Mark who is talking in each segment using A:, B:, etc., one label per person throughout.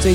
A: 最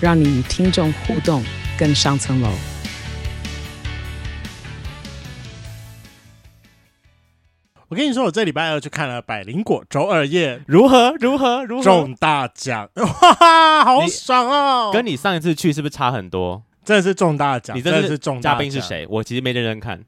A: 让你与听众互动更上层楼。
B: 我跟你说，我这礼拜二去看了《百灵果》周二夜
C: 如何如何如何？
B: 中大奖， 哇哈，好
C: 你
B: 爽哦！
C: 跟你上一次去是不是差很多？
B: 真的是中大奖，
C: 你
B: 真
C: 这
B: 的
C: 次
B: 是中大
C: 嘉
B: 奖
C: 宾是？谁？我其实没认真看。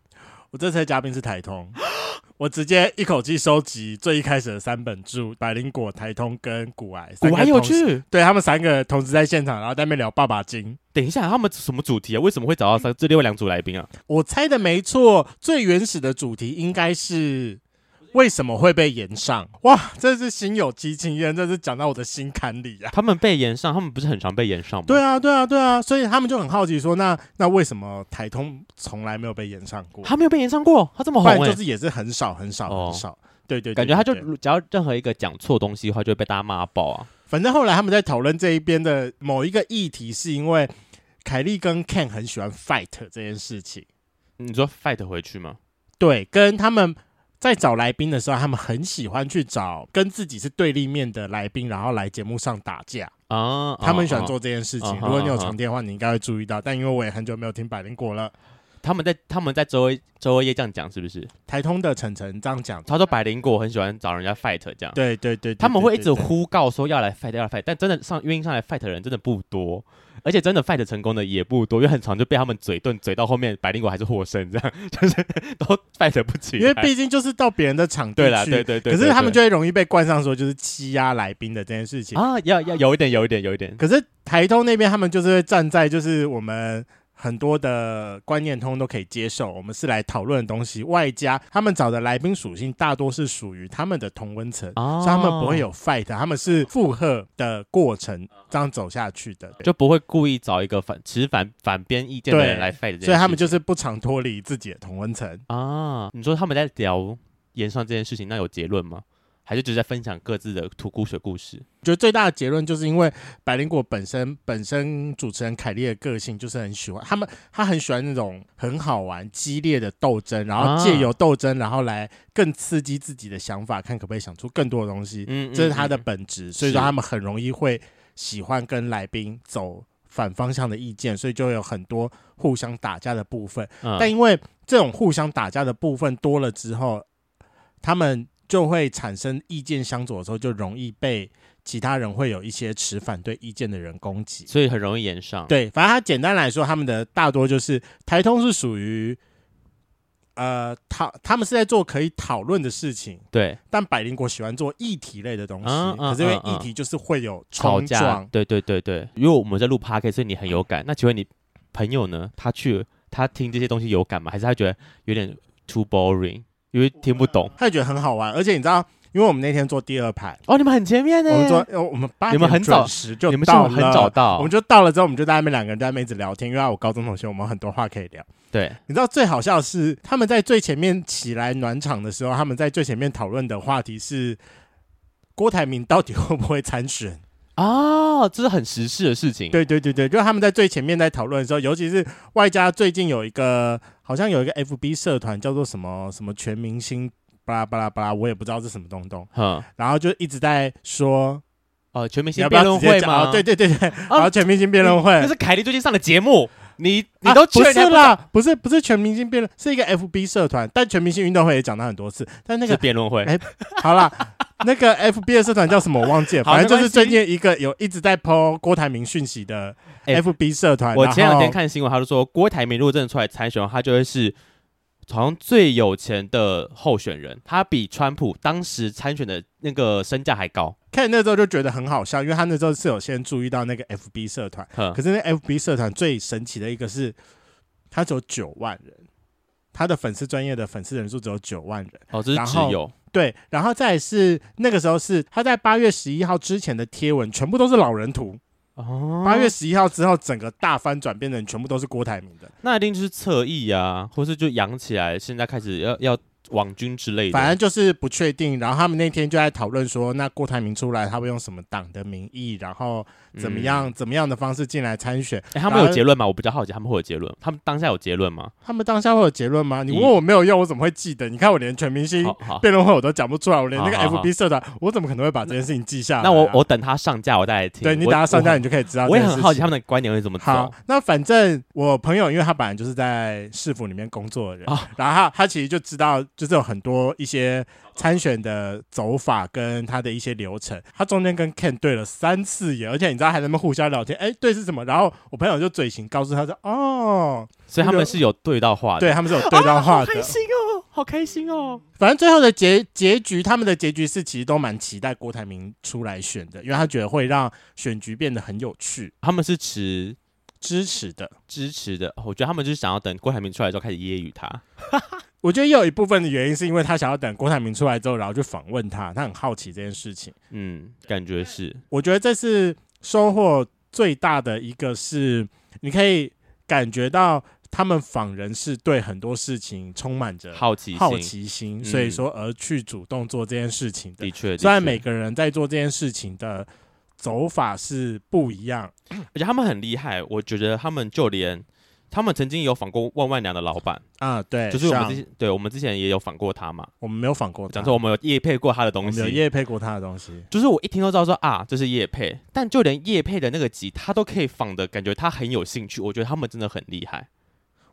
B: 我这次的嘉宾是台通， 我直接一口气收集最一开始的三本著：百灵果、台通跟古癌。
C: 古玩
B: 三
C: 有
B: 个同时，
C: 趣。
B: 对他们三个同时在现场，然后在那边聊爸爸经。
C: 等一下，他们什么主题啊？为什么会找到三这另外两组来宾啊？
B: 我猜的没错，最原始的主题应该是为什么会被延上？哇，这是心有戚戚焉，这是讲到我的心坎里啊！
C: 他们被延上，他们不是很常被延上吗？
B: 对啊，对啊，对啊，所以他们就很好奇说，那那为什么台通从来没有被延上过？
C: 他没有被延上过，他这么
B: 不
C: 红
B: 然
C: 哎、
B: 就是也是很少很少
C: 哦
B: 很少。对对对
C: 感觉他就
B: 对对
C: 只要任何一个讲错东西的话，就会被大家骂爆啊。
B: 反正后来他们在讨论这一边的某一个议题，是因为凯莉跟 Ken 很喜欢 fight 这件事情。
C: 你说 fight 回去吗？
B: 对，跟他们在找来宾的时候，他们很喜欢去找跟自己是对立面的来宾，然后来节目上打架。
C: 啊，
B: 他们喜欢
C: 啊
B: 做这件事情。
C: 啊哈
B: 如果你有
C: 啊哈
B: 常听的话，你应该会注意到。但因为我也很久没有听百灵果了，
C: 他们在他们在周一周夜这样讲是不是？
B: 台通的晨晨这样讲，
C: 他说百灵果很喜欢找人家 fight 这样，
B: 对对对，对
C: 啊他们会一直
B: 对对
C: 呼告说要来 fight 要来 fight，但真的上愿意上来 fight 的人真的不多，而且真的 fight 成功的也不多，因为很常就被他们嘴遁嘴到后面百灵果还是获胜这样， 就是都 fight 不起
B: 对
C: 来。
B: 因为毕竟就是到别人的场地
C: 哎对啦，
B: 去
C: 对对对，
B: 可是
C: 对
B: 他们就
C: 对
B: 会容易被冠上说就是欺压来宾的这件事情。
C: 啊，要要有一点有一点有一点，
B: 可是台通那边他们就是会站在就是我们。很多的观念通都可以接受，我们是来讨论的东西，外加他们找的来宾属性大多是属于他们的同温层，
C: 啊
B: 所以他们不会有 fight，他们是附和的过程这样走下去的，对
C: 哦就不会故意找一个反持反反边意见的人
B: 对
C: 来 fight，这件
B: 所以他们
C: 事
B: 就
C: 情
B: 是不常脱离自己的同温层。
C: 啊，你说他们在聊延上这件事情，那有结论吗？还是只是在分享各自的吐苦水故事？
B: 觉得最大的结论就是因为百灵果本身本身主持人凯莉的个性就是很喜欢他们，他很喜欢那种很好玩、激烈的斗争，然后
C: 啊
B: 借由斗争，然后来更刺激自己的想法，看可不可以想出更多的东西。
C: 嗯，
B: 这是
C: 嗯
B: 他的
C: 嗯
B: 本质，所以说他们很容易会喜欢跟来宾走反方向的意见，所以就会有很多互相打架的部分。
C: 嗯
B: 但因为这种互相打架的部分多了之后，他们就会产生意见相左的时候，就容易被其他人会有一些持反对意见的人攻击。
C: 所以很容易延上。
B: 对，反正他简单来说，他们的大多就是台通是属于，呃，讨他们是在做可以讨论的事情，
C: 对，
B: 但百灵果喜欢做议题类的东西，
C: 嗯嗯
B: 可是因为
C: 嗯嗯
B: 议题就是会有
C: 吵
B: 冲
C: 架
B: 撞，，
C: 对对对对，因为我们在录 p o d c a s t 所以你很有感。那请问你朋友呢？他去他听这些东西有感吗？还是他觉得有点 too boring，因为听不懂？
B: 他也觉得很好玩。而且你知道，因为我们那天坐第二排，
C: 哦，你们很前面呢，
B: 呃我们坐呃我们八
C: 你们很
B: 点准
C: 早
B: 时就
C: 你们是
B: 到
C: 不
B: 了，
C: 是很早到，
B: 我们就到了之后，我们就在那边两个人在那边一直聊天，因为我高中同学，我们很多话可以聊。
C: 对
B: 你知道最好笑的是，他们在最前面起来暖场的时候，他们在最前面讨论的话题是郭台铭到底会不会参选。
C: 嗯啊，这是很时事的事情。
B: 对对对对，就是他们在最前面在讨论的时候，尤其是外加最近有一个好像有一个 FB 社团叫做什么什么全明星巴拉巴拉巴拉，我也不知道是什么东东，
C: 哼，
B: 然后就一直在说
C: 哦，全明
B: 你
C: 星
B: 要不
C: 辩
B: 要
C: 论
B: 直接
C: 会
B: 讲？
C: 吗？
B: 哦对对对对，然后全明星辩论
C: 那
B: 会。
C: 是凯莉最近上的节目，你你
B: 啊
C: 都去
B: 不
C: 了、
B: 是
C: 啦，
B: 啦，不是不是全明星辩论，是一个 FB 社团，但全明星运动会也讲到很多次，但那
C: 是
B: 个
C: 辩论会
B: 哎好啦，那个 FB 的社团叫什么我忘记了，
C: 好
B: 反正就
C: 没
B: 是
C: 关系
B: 最近一个有一直在 PO 郭台铭讯息的
C: 哎
B: FB 社团。
C: 我
B: 然
C: 前两
B: 后
C: 天看新闻，他就说郭台铭如果真的出来参选，他就会是好像最有钱的候选人，他比川普当时参选的那个身价还高。
B: 看那时候就觉得很好笑，因为他那时候是有先注意到那个 FB 社团，
C: 哼
B: 可是那 FB 社团最神奇的一个是，他只有九万人，他的粉丝专业的粉丝人数只有九万人。
C: 哦，这是
B: 然
C: 只
B: 后
C: 有
B: 对，然后再来是那个时候是他在八月十一号之前的贴文全部都是老人图，
C: 哦，
B: 八月十一号之后，整个大翻转，变成全部都是郭台铭的。
C: 那一定就是侧翼啊，或是就养起来，现在开始要要网军之类的。
B: 反正就是不确定。然后他们那天就在讨论说，那郭台铭出来，他会用什么党的名义，然后怎么样、怎么样的方式进来参选？
C: 嗯哎诶他们有
B: 然后
C: 结论吗？我比较好奇，他们会有结论？他们当下有结论吗？
B: 他们当下会有结论吗？你
C: 咦
B: 问我没有用，我怎么会记得？你看我连全明星
C: 嗯好好，
B: 辩论会我都讲不出来，我连那个
C: 好好好
B: FB 社团，我怎么可能会把这件事情记下来啊、
C: 那我我等他上架，我再来听。
B: 对你
C: 我
B: 等他上架，
C: 我
B: 你就可以知道
C: 我
B: 这
C: 也
B: 件事情。
C: 很好奇他们的观点会怎么
B: 好
C: 走。，
B: 那反正我朋友，因为他本来就是在市府里面工作的人，
C: 啊
B: 然后他他其实就知道，就是有很多一些参选的走法跟他的一些流程。他中间跟 Ken 对了三次眼，而且你知道还在那边互相聊天，哎，对是什么？然后我朋友就嘴型告诉他说，哦，
C: 所以他们是有对到话的。
B: 对他们是有对到话
C: 好
B: 的。
C: 开心哦，好开心哦。
B: 反正最后的结结局，他们的结局是其实都蛮期待郭台铭出来选的，因为他觉得会让选局变得很有趣，
C: 他们是持
B: 支持的。
C: 支持的，我觉得他们就是想要等郭台铭出来之后开始揶揄他。
B: 我觉得也有一部分的原因是因为他想要等郭台铭出来之后，然后去访问他，他很好奇这件事情。
C: 嗯，感觉是
B: 我觉得这是收获最大的一个是，你可以感觉到他们访人是对很多事情充满着
C: 好奇心，
B: 好奇心，
C: 嗯
B: 所以说而去主动做这件事情的
C: 的。确。的
B: 虽然
C: 确
B: 每个人在做这件事情的走法是不一样，
C: 而且他们很厉害，我觉得他们就连他们曾经有访过万万良的老板，
B: 啊，对，
C: 就是我们之
B: 像
C: 前对我们之前也有访过他嘛，
B: 我们没有访过他
C: 讲，说我们有夜配过他的
B: 我
C: 东
B: 们有
C: 西。
B: 夜配过他的东西，
C: 就是我一听都知道说啊，这是叶配，但就连叶配的那个集，他都可以仿的感觉，他很有兴趣。我觉得他们真的很厉害，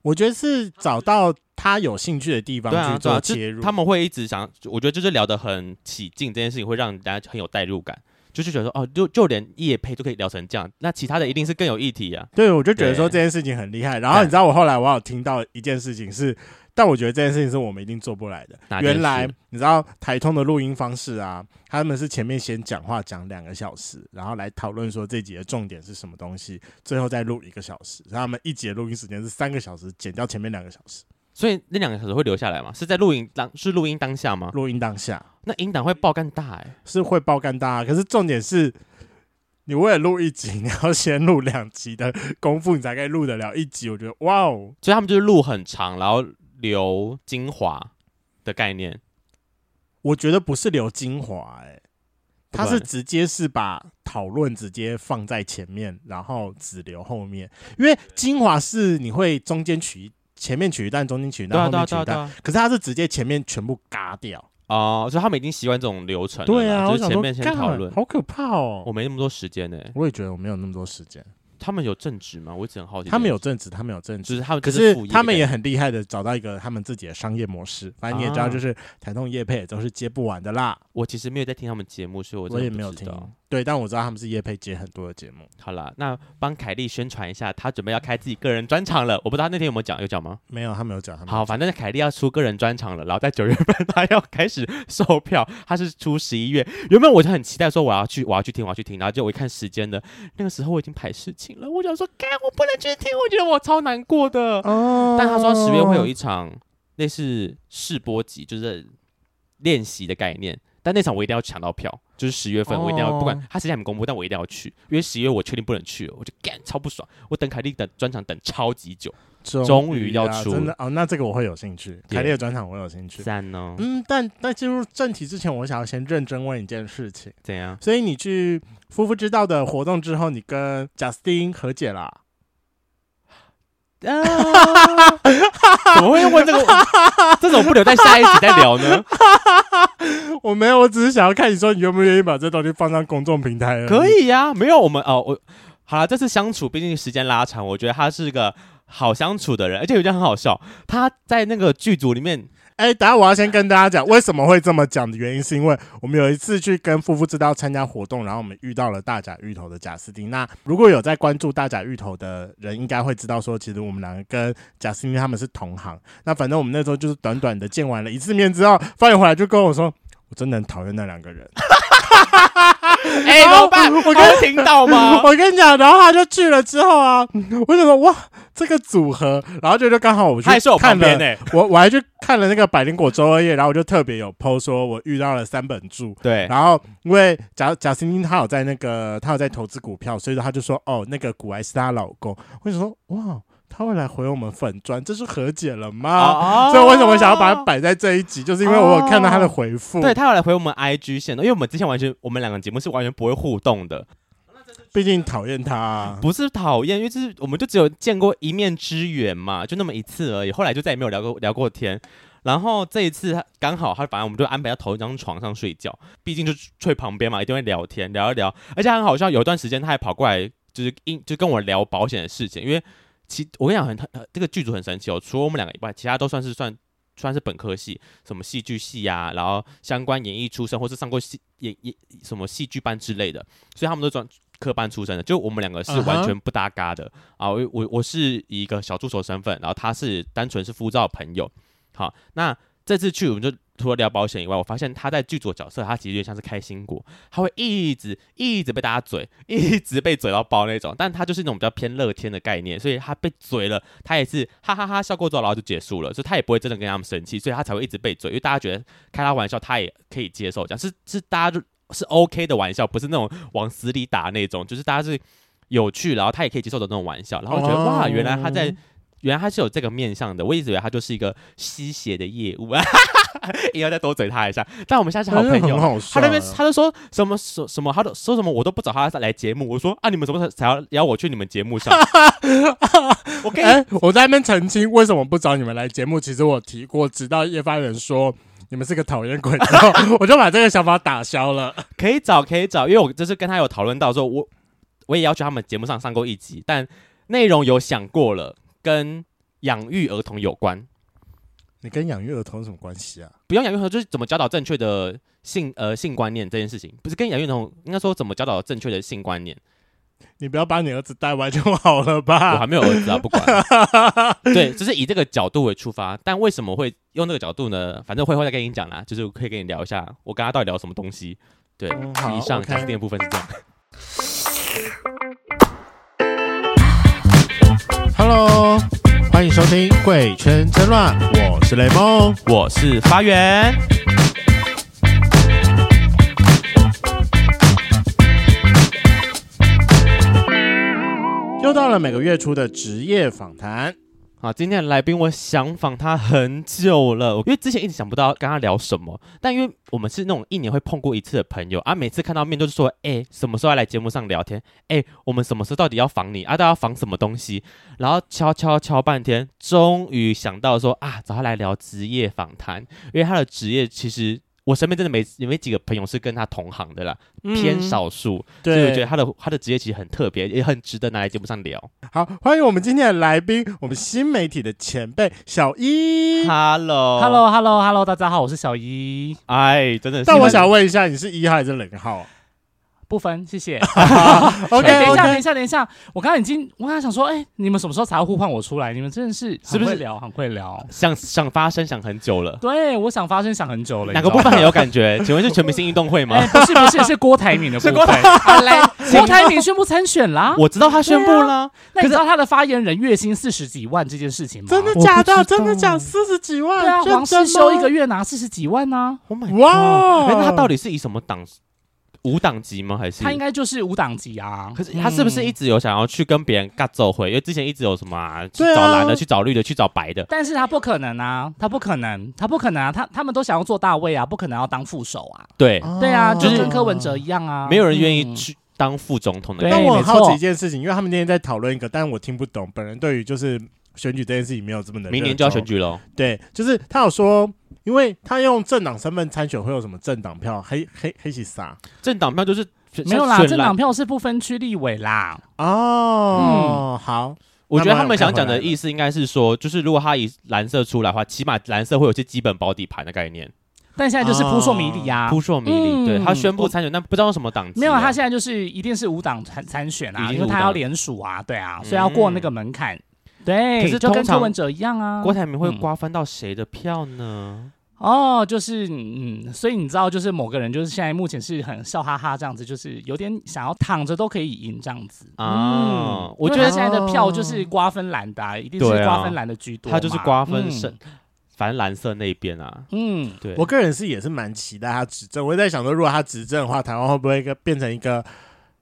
B: 我觉得是找到他有兴趣的地方
C: 对啊，
B: 去
C: 对啊，
B: 做
C: 就
B: 切入。
C: 他们会一直想，我觉得就是聊得很起劲，这件事情会让人家很有代入感，就是觉得说哦，就就连叶配都可以聊成这样，那其他的一定是更有议题啊。
B: 对，我就觉得说这
C: 对
B: 件事情很厉害。然后你知道，我后来我有听到一件事情是，但我觉得这件事情是我们一定做不来的
C: 哪。件事
B: 原来你知道台通的录音方式啊，他们是前面先讲话讲两个小时，然后来讨论说这集的重点是什么东西，最后再录一个小时。所以他们一集的录音时间是三个小时，减掉前面两个小时
C: 所以那两个小时会留下来吗？是在录音当是录音当下吗？
B: 录音当下
C: 那音档会爆干大哎、
B: 是会爆干大、啊。可是重点是。你为了录一集，你要先录两集的功夫，你才可以录得了一集。我觉得，哇哦，
C: 所以他们就是录很长，然后留精华的概念。
B: 我觉得不是留精华、欸，
C: 不
B: 他
C: 然
B: 是直接是把讨论直接放在前面，然后只留后面，因为精华是你会中间取一前面取一段，中间取一
C: 对啊
B: 段，后面
C: 对啊
B: 取
C: 对啊
B: 一
C: 对
B: 段，
C: 啊！
B: 可是他是直接前面全部嘎掉。
C: 哦、所以他们已经习惯这种流程了啦
B: 对啊，
C: 就
B: 我
C: 是
B: 想
C: 前
B: 说
C: 面先
B: 干
C: 讨论。
B: 好可怕
C: 我
B: 哦。
C: 没那么多时间呢、
B: 我也觉得我没有那么多时间。
C: 他们有正职吗？我一直很好奇。
B: 他们有，正职，他们有正
C: 就
B: 职，
C: 是他们
B: 可
C: 就是副业的
B: 他们也
C: 概
B: 很厉害的找到一个他们自己的商业模式。反正你也知道，
C: 啊
B: 就是台通业配也都是接不完的啦。
C: 念，我其实没有在听他们节目，所以我真
B: 我
C: 的
B: 也
C: 不
B: 没有
C: 知
B: 听
C: 道。
B: 对，但我知道他们是业配接很多的节目。
C: 好啦，那帮凯莉宣传一下，她准备要开自己个人专场了。我不知道她那天有没有讲，有讲吗？
B: 没有，他没有讲，他没有
C: 好，反正凯莉要出个人专场了，然后在九月份她 要开始售票，她是出十一月。原本我就很期待说我要去，我要去听，我要去听，然后就我一看时间的，那个时候我已经排事情了，我想说，干，我不能去听，我觉得我超难过的。
B: 哦
C: 但她说十月会有一场类似试播集，就是练习的概念。但那场我一定要抢到票，就是十月份，我一定要、
B: 哦
C: 不管他时间还没公布，但我一定要去，因为十月我确定不能去了，我就干超不爽，我等凯莉等专场等超级久，终于要
B: 啊
C: 出
B: 真的哦，那这个我会有兴趣，
C: 对
B: 凯莉的专场我有兴趣。
C: 赞哦，
B: 嗯，但但进入正题之前，我想要先认真问一件事情。
C: 怎样？
B: 所以你去夫妇之道的活动之后，你跟贾斯汀和解啦？
C: 啊！怎么会问这个？这种不留在下一集再聊呢？
B: 我没有，我只是想要看你说你愿不愿意把这东西放上公众平台而已。
C: 可以呀、没有我们哦，我好了，这次相处毕竟时间拉长，我觉得他是个好相处的人，而且有一件很好笑，他在那个剧组里面，
B: 哎、等一下我要先跟大家讲，为什么会这么讲的原因，是因为我们有一次去跟夫妇之道参加活动，然后我们遇到了大甲芋头的贾斯汀。那如果有在关注大甲芋头的人，应该会知道说，其实我们两个跟贾斯汀他们是同行。那反正我们那时候就是短短的见完了一次面之后，发现回来就跟我说，我真的很讨厌那两个人。
C: 哎，怎么办？我刚听到吗？
B: 我跟你讲，然后他就去了之后啊，我想说哇，这个组合，然后就就刚好我去
C: 他还是我
B: 看
C: 旁边欸
B: 了，
C: 呢。
B: 我我还去看了那个百灵果周二夜，然后我就特别有 PO 说我遇到了三本柱，
C: 对，
B: 然后因为贾贾斯汀她有在那个她有在投资股票，所以说她就说哦，那个古埃是她老公。我想说哇，他会来回我们粉砖，这是和解了吗？
C: 哦
B: 啊所以为什么想要把它？摆在这一集，就是因为我有看到他的回复。
C: 对，他要来回我们 IG 线的，因为我们之前完全我们两个节目是完全不会互动的，
B: 毕竟讨厌他啊、
C: 不是讨厌，因为就是我们就只有见过一面之缘嘛，就那么一次而已，后来就再也没有聊过聊过天。然后这一次他刚好他反正我们就安排他同一张床上睡觉，毕竟就是睡旁边嘛，一定会聊天聊一聊。而且他很好笑，有一段时间他还跑过来，就是硬就跟我聊保险的事情，因为其我跟你讲很他呃这个剧组很神奇哦，除了我们两个以外，其他都算是算算是本科系，什么戏剧系啊，然后相关演艺出身或是上过戏演演什么戏剧班之类的，所以他们都转科班出身的，就我们两个是
B: 嗯
C: 完
B: 哼
C: 全不搭嘎的、啊。我我我是以一个小助手身份，然后他是单纯是呼照朋友。好，那这次去我们就除了聊保险以外，我发现他在剧组的角色，他其实有点像是开心果，他会一直一直被大家嘴，一直被嘴到爆那种。但他就是那种比较偏乐天的概念，所以他被嘴了，他也是哈哈哈笑过之后，然后就结束了，所以他也不会真的跟他们生气，所以他才会一直被嘴，因为大家觉得开他玩笑，他也可以接受，这样是是大家就是 OK 的玩笑，不是那种往死里打那种，就是大家是有趣，然后他也可以接受的那种玩笑，然后我觉得、
B: 哦
C: 哇，原来他在。原来他是有这个面向的，我一直以为他就是一个吸血的业务，也要再多嘴 他一下。但我们现在是好朋
B: 真的
C: 友
B: 很， 好笑
C: 他
B: 啊、
C: 那边他就说什么什什么，他都说什么我都不找他来节目。我说啊，你们什么时候才要邀我去你们节目 上？我跟你
B: 哎、我在那边澄清为什么不找你们来节目。其实我提过，直到叶发人说你们是个讨厌鬼之后， 我就把这个想法打消了。
C: 可以找，可以找，因为我就是跟他有讨论到说，我我也要去他们节目上上过一集，但内容有想过了，跟养育儿童有关，
B: 你跟养育儿童有什么关系啊？
C: 不用养育儿童，就是怎么教导正确的性呃性观念这件事情，不是跟养育儿童，应该说怎么教导正确的性观念。
B: 你不要把你儿子带歪就好了
C: 我
B: 吧
C: 还？没有儿子啊， 不管。对，就是以这个角度为出发，但为什么会用这个角度呢？反正会后再跟你讲啦，就是我可以跟你聊一下，我跟他到底聊什么东西。对，
B: 嗯好
C: 以上
B: OK
C: 卡斯汀的部分是这样。
B: Hello，欢迎收听《鬼圈争乱》，我是雷梦。
C: 我是发源，
B: 又到了每个月初的职业访谈，
C: 好，啊今天的来宾我想访他很久了，因为之前一直想不到跟他聊什么，但因为我们是那种一年会碰过一次的朋友啊，每次看到面就是说，哎、什么时候要来节目上聊天？哎、我们什么时候到底要访你啊？到底要访什么东西？然后敲敲敲半天，终于想到说啊，找他来聊职业访谈，因为他的职业其实我身边真的没也没几个朋友是跟他同行的啦，偏。少数，所以我
B: 嗯
C: 觉得
B: 对，
C: 他的他的职业其实很特别，也很值得拿来节目上聊。
B: 好，欢迎我们今天的来宾，我们新媒体的前辈小一。
C: Hello。
D: Hello，Hello，Hello，大哦家好，我是小一，
C: 哎，真的是。
B: 但我想问一下，你是一号还是零号
D: 不分，谢谢。
B: ？OK
D: 哎等一下，等
B: OK，
D: 一下，等一下，我刚刚已经，我刚刚想说，哎、你们什么时候才要呼唤我出来？你们真的是
C: 是不是
D: 很会聊，很会聊？
C: 想想发声想很久了，
D: 对，我想发声想很久了。
C: 哪个
D: 你
C: 部
D: 知道吗
C: 分很有感觉？ 请问是全明星运动会吗
D: 哎、？不是不是，是郭台铭的部分。
C: 是郭台
D: 啊来，郭台铭宣布参选啦。啊
C: 我知道他宣布了，
D: 那你知道他的发言人月薪四十几万这件事情吗？
B: 真的
C: 我不
B: 假
C: 知
B: 的？
C: 道
B: 真的假的？四十几万？
D: 对啊，
B: 认
D: 黄
B: 真
D: 世修
B: 吗
D: 一个月拿四十几万啊呢、
C: ，Oh my
D: 哦
B: 哇哦
C: god！那他到底是以什么党？无党籍吗？还是
D: 他应？该就是无党籍啊。
C: 可是他是不是一直有想要去跟别人尬奏会？因为之前一直有什么啊去
B: 对啊
C: 找蓝的，去找绿的，去找白的。
D: 但是他不可能啊，他不可能，他不可能啊，他他们都想要做大位啊，不可能要当副手啊。
C: 对，
B: 哦
D: 对啊，就
C: 就是
D: 跟柯文哲一样啊，
C: 没有人愿意
D: 嗯。
C: 去当副总统的
D: 对
B: 但。我很
D: 没
B: 好奇
D: 错
B: 一件事情，因为他们那天在讨论一个，但我听不懂。本人对于就是选举这件事情没有这么的。
C: 明年就要选，举了哦，
B: 对，就是他有说，因为他用政党身份参选会有什么政党票，黑黑黑起啥
C: 政党票就是选
D: 嗯没有啦，
C: 选
D: 政
C: 蓝
D: 党票是不分区立委啦。
C: 嗯
B: 哦，好，
C: 我觉得
B: 慢慢
C: 他们想
B: 看
C: 讲
B: 回来了
C: 的意思应该是说，就是如果他以蓝色出来的话，起码蓝色会有一些基本保底盘的概念。
D: 但现在就是扑朔迷离啊，
C: 哦扑朔迷离，
D: 嗯
C: 对他宣布参选，但不知道什么党籍。
D: 没有，啊他现在就是一定是无党参参选
C: 已
D: 啊，
C: 经
D: 因为
C: 无
D: 他
C: 党
D: 要联署啊，对啊，
C: 嗯
D: 所以要过那个门槛。对，
C: 可是
D: 就
C: 通
D: 跟
C: 常
D: 柯文哲一样啊
C: 郭。台铭会
D: 嗯
C: 瓜分到谁的票呢？
D: 哦，就是嗯，所以你知道，就是某个人就是现在目前是很笑哈哈这样子，就是有点想要躺着都可以赢这样子。
C: 啊、我
D: 因为
C: 觉
D: 他
C: 得
D: 现在的票就是瓜分蓝的啊、一定
C: 对
D: 是
C: 啊
D: 瓜分蓝的居多嘛、
C: 他就是瓜分
D: 嗯
C: 深，反正蓝色那一边啊。
D: 嗯，
C: 对，
B: 我个人是也是蛮期待他执政，我也在想说，如果他执政的话，台湾会不会一个变成一个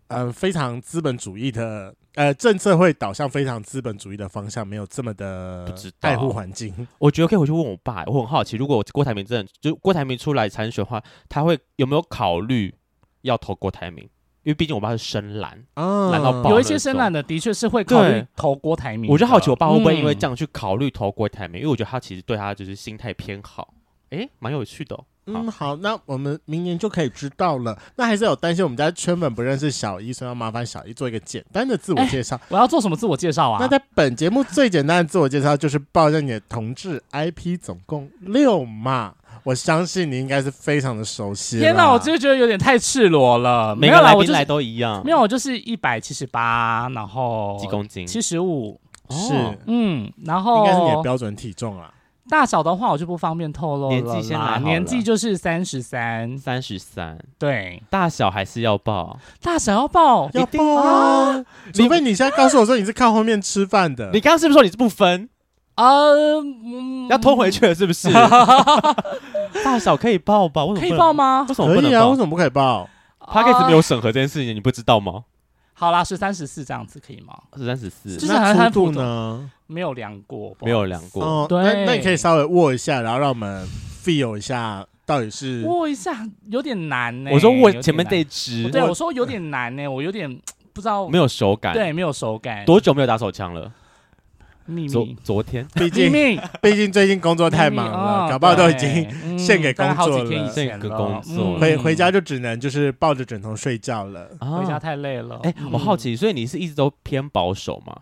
B: 呃非常资本主义的呃政策会导向非常资本主义的方向，没有这么的
C: 不知道
B: 爱护环境。
C: 我觉得可以回去问我爸，我很好奇，如果郭台铭真的就是郭台铭出来参选的话，他会有没有考虑要投郭台铭？因为毕竟我爸是深蓝，
B: 啊
C: 懒到爆
D: 有一些深蓝的的确是会考虑
C: 对
D: 投郭台铭的，
C: 我就好奇我爸会不会因为
D: 嗯
C: 这样去考虑投郭台铭？因为我觉得他其实对他就是心态偏好，诶，蛮有趣的哦、
B: 嗯，好，那我们明年就可以知道了。那还是有担心我们家圈粉不认识小一，所以要麻烦小一做一个简单的自我介 绍。
D: 嗯我要做什么自我介绍啊？
B: 那在本节目最简单的自我介绍就是报一下你的同志 IP，总共六嘛。我相信你应该是非常的熟悉啦。
D: 天哪，我真的觉得有点太赤裸了。没
C: 每
D: 有
C: 个
D: 啦，
C: 来
D: 我
C: 宾
D: 就
C: 来
D: 是
C: 都一样，
D: 没有，我就是一百七十八，然后
C: 几公斤，
D: 七十五，
B: 是、
C: 哦
D: 嗯，然
B: 应
D: 后
B: 该是你的标准体重啊。
D: 大小的话，我就不方便透露了啦。
C: 年纪先来好了
D: 年纪就是三十三，
C: 三十三，
D: 对，
C: 大小还是要报。
D: 大小要报。
B: 要报啊！除非你现在告诉我说你是靠后面吃饭的，
C: 你刚刚是不是说你是不分，
D: 呃，嗯
C: 要吞回去了是不是？大小可以报吧？为什么 不
D: 可以
C: 能
D: 报？吗
C: 为？什么
B: 可
C: 不能
B: 以啊？
C: 报
B: 为？什么不可以报？
C: 他可以
D: 啊
C: 没有审核这件事情，你不知道吗？
D: 好啦，十三十四这样子可以吗？
C: 二十三十四
D: 哦就是很
B: 那
D: 很
B: 粗度
D: 普通
B: 呢？
D: 没有量过，不好
C: 没有量过，
B: 哦，
D: 对
B: 那那你可以稍微握一下，然后让我们 feel 一下到底是
D: 握一下有点难呢、
C: 我说我
D: 有点
C: 前面
D: 难
C: 这一
D: 不
C: 只
D: 哦对，我说有点难呢、我有点不知道，
C: 没有手感，
D: 对，没有手感。
C: 多久没有打手枪了？
D: 秘
C: 昨
D: 密，
C: 昨天
B: 毕
D: 秘
B: 竟
D: 密哦
B: 毕竟最近工作太忙了，搞不好都已经 献给工
D: 嗯
B: 作了
C: 献给工作嗯
B: 回回家就只能就是抱着枕头睡觉了。
C: 啊
D: 嗯回家嗯太累了。
C: 哎，我好奇，所以你是一直都偏保守吗？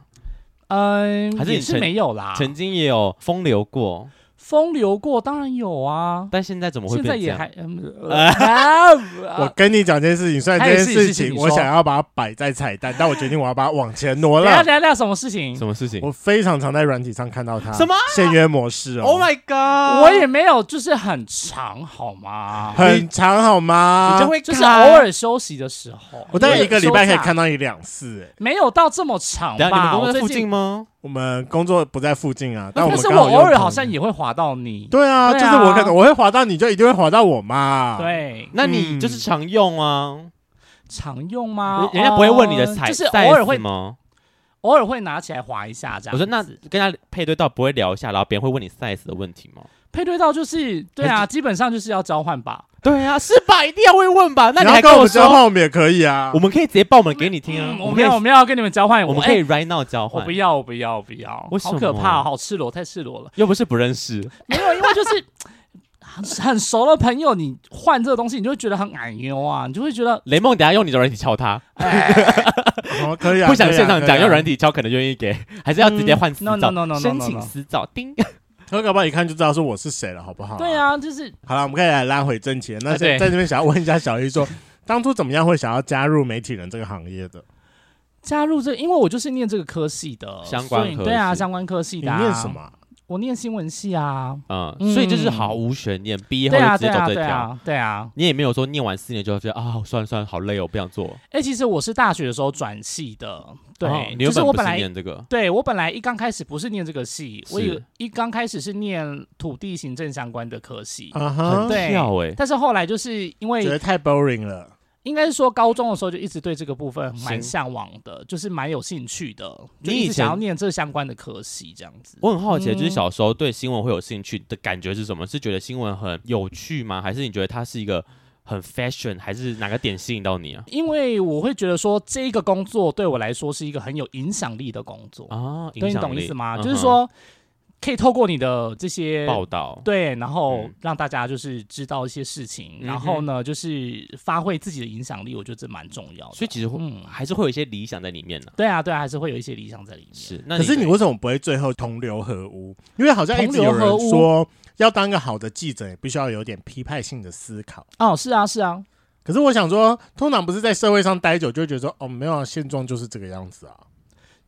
D: 嗯，
C: 还是
D: 也
C: 你
D: 是
C: 曾
D: 没有啦。
C: 曾经也有风流过，
D: 风流过，当然有啊。
C: 但现在怎么会
D: 现在
C: 变这
D: 也还
C: 样？，
D: 嗯 呃
B: 我
D: 啊
B: 跟你讲这件事情，虽然这件
D: 还有一
B: 事
D: 件事情
B: 情
D: 你
B: 我
D: 说
B: 想要把它摆在彩蛋，但我决定我要把它往前挪
D: 等一下
B: 了
D: 等。一下等一下，什么事情？
C: 什么事情
B: 我非常常在软体上看到它
C: 什么
B: 限约模式哦
C: ？Oh my god！
D: 我也没有，就是很长，好吗？
B: 很长好吗？
C: 你就会
D: 哦就是
C: 看
D: 偶尔休息的时候，
B: 我大概一个礼拜可以
D: 休假
B: 看，到你两次、欸。
D: 没有到这么长
C: 等一下你们
D: 吧？
C: 公
D: 我
C: 司在
D: 最
C: 附
D: 近
C: 近吗？
B: 我们工作不在附近啊，但我
D: 但
B: 们
D: 是
B: 刚
D: 我
B: 好又
D: 偶尔
B: 同
D: 好像也会滑到你，
B: 对啊，
D: 对
B: 就
D: 啊
B: 是我可能我会滑到你，就一定会滑到我嘛。，
D: 对，
C: 那你就是常用啊，
D: 常用吗？
C: 人人家不会问你的
D: 呃
C: 彩，
D: 就是偶尔会
C: size 吗？
D: 偶尔会拿起来滑一下这样
C: 我
D: 子。
C: 说那跟他配对到不会聊一下，然后别人会问你 size 的问题吗？
D: 配对到就是对啊，基本上就是要交换吧。
C: 对啊，是吧？一定要会问吧？那
B: 你
C: 你
B: 要
C: 还
B: 跟我们交
C: 说，
B: 换，我们也可以啊
C: 我。们可以直接报我们给你听啊
D: 嗯，
C: 可
D: 我们
C: 以
D: 要我们要跟你们交换，
C: 我们可
D: 哎
C: 以 right now 交
D: 我
C: 换
D: 不，要，我不要，我不要，
C: 为什
D: 好
C: 么啊
D: 可怕，好赤裸，太赤裸了。
C: 又不是不认识，
D: 没有，因为就是 很很熟的朋友，你换这个东西，你就会觉得很矮呦啊，你就会觉得
C: 雷梦等下用你的软体敲他，
B: 哦，可以啊，
C: 不想
B: 可以啊
C: 现场讲，用软
B: 体，
C: 体敲可能愿意给，还是要直接换私
D: no no
C: 照，
D: no no no no, no
C: 申请私照，叮，
B: 可搞不好一看就知道是我是谁了，好不好？
D: 对。啊，就是
B: 好了，我们可以来拉回正题了。那
D: 啊对
B: 在在这边想要问一下小一说，当初怎么样会想要加入媒体人这个行业的？
D: 加入这个因为我就是念这个科系的
C: 相关
D: 所以
C: 科
D: 对啊，
C: 系
D: 相关科系
B: 你
D: 的、啊。
B: 念什么？啊？
D: 我念新闻系啊。
C: 嗯，
D: 嗯
C: 所以就是毫无悬念，毕业后
D: 对
C: 就
D: 啊，
C: 直
D: 对
C: 接走
D: 啊，
C: 这
D: 对
C: 条。
D: 啊，对啊。
C: 你也没有说念完四年就觉得啊，算了算了，好累哦，不想做。
D: 哎、其实我是大学的时候转系的，对，
C: 哦你
D: 就
C: 原
D: 是
C: 本
D: 我
C: 不
D: 本
C: 是
D: 来。
C: 念这个，
D: 对我本来一刚开始不是念这个系，我
C: 是
D: 有一刚开始是念土地行政相关的科系，
B: 哈
C: 很，
D: 对
C: 跳哎，
D: 但是后来就是因为
B: 啊觉得太 boring 了。
D: 应该是说高中的时候就一直对这个部分蛮
C: 行
D: 向往的，就是蛮有兴趣的，
C: 你
D: 就
C: 以
D: 一直想要
C: 前
D: 念这相关的科系这样子。
C: 我很好奇，
D: 嗯
C: 就是小时候对新闻会有兴趣的感觉是什么？是觉得新闻很有趣吗？还是你觉得它是一个很 fashion，还是哪个点吸引到你啊？
D: 因为我会觉得说这个工作对我来说是一个很有影响力的工作，
C: 啊，
D: 对
C: 影
D: 你
C: 响
D: 懂
C: 力
D: 意思吗？
C: 嗯哼
D: 就是说可以透过你的这些
C: 报道，
D: 对，然后
C: 嗯
D: 让大家就是知道一些事情，
C: 嗯
D: 然后
C: 哼
D: 呢就是发挥自己的影响力，我觉得这蛮重要的。
C: 所以其实会
D: 嗯，
C: 还是会有一些理想在里面呢。
D: 对啊，对啊，还是会有一些理想在里面。
C: 是，那
B: 可是你
C: 的
B: 为什么不会最后同流合污？因为好像一直有
D: 同流合污
B: 人说，要当个好的记者，也必须要有点批判性的思考。
D: 哦，是啊，是啊，
B: 可是我想说，通常不是在社会上待久，就会觉得说，哦，没有、啊，现状就是这个样子啊。
C: 哦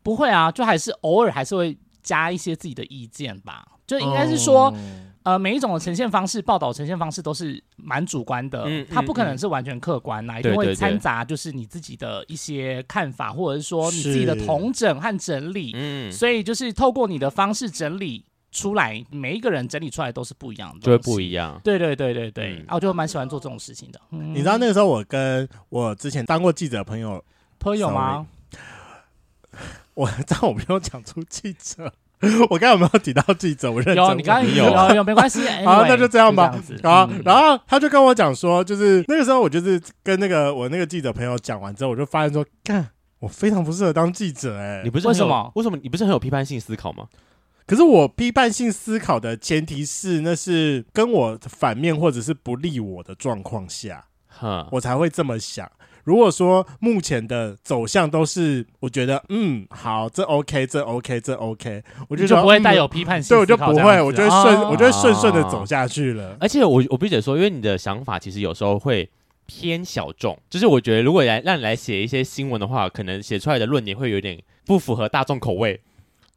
D: 不会啊，就还是偶尔还是会加一些自己的意见吧。就应该是说，
B: 嗯
D: 呃，每一种的呈现方式、报道呈现方式都是蛮主观的，
C: 嗯
D: 它不可能
C: 嗯
D: 是完全客观啊啦，一
C: 对
D: 定
C: 对
D: 会
C: 对
D: 掺杂就是你自己的一些看法，或者是说你
B: 是
D: 自己的同整和整理。
C: 嗯，
D: 所以就是透过你的方式整理出来，每一个人整理出来都是不一样的，
C: 就会不
D: 样。
C: 一样。
D: 对对对对对，
C: 嗯
D: 啊，我就蛮喜欢做这种事情的。嗯
B: 你知道那个时候，我跟我之前当过记者的朋友，
D: 朋友吗？
B: 我但我没有讲出记者， 我刚才有没有提到记者？我认真
D: 有，你刚刚
B: 问
D: 有有有，没关系。
B: 好
D: anyway，
B: 那就这样吧
D: 就子
B: 然后
D: 嗯，
B: 然后他就跟我讲说，就是那个时候我就是跟那个我那个记者朋友讲完之后，我就发现说，干，我非常不适合当记者哎、
C: 你不是很
D: 为什
C: 有
D: 么
C: 为什么你不是很有批判性思考 吗？
B: 可是我批判性思考的前提是，那是跟我反面或者是不利我的状况下，
C: 哼，
B: 我才会这么想。如果说目前的走向都是，我觉得嗯好，这 OK，这 OK，这 OK，我
D: 你
B: 觉
D: 就
B: 得
D: 不会
B: 嗯
D: 带有批判性
B: 对，我
D: 思
B: 就
D: 考
B: 不
D: 这样子，啊
B: 会，我就会顺，
D: 哦
B: 我就会顺顺的走下去了。
C: 而且我我必须得说，因为你的想法其实有时候会偏小众，就是我觉得如果来让你来写一些新闻的话，可能写出来的论点会有点不符合大众口味。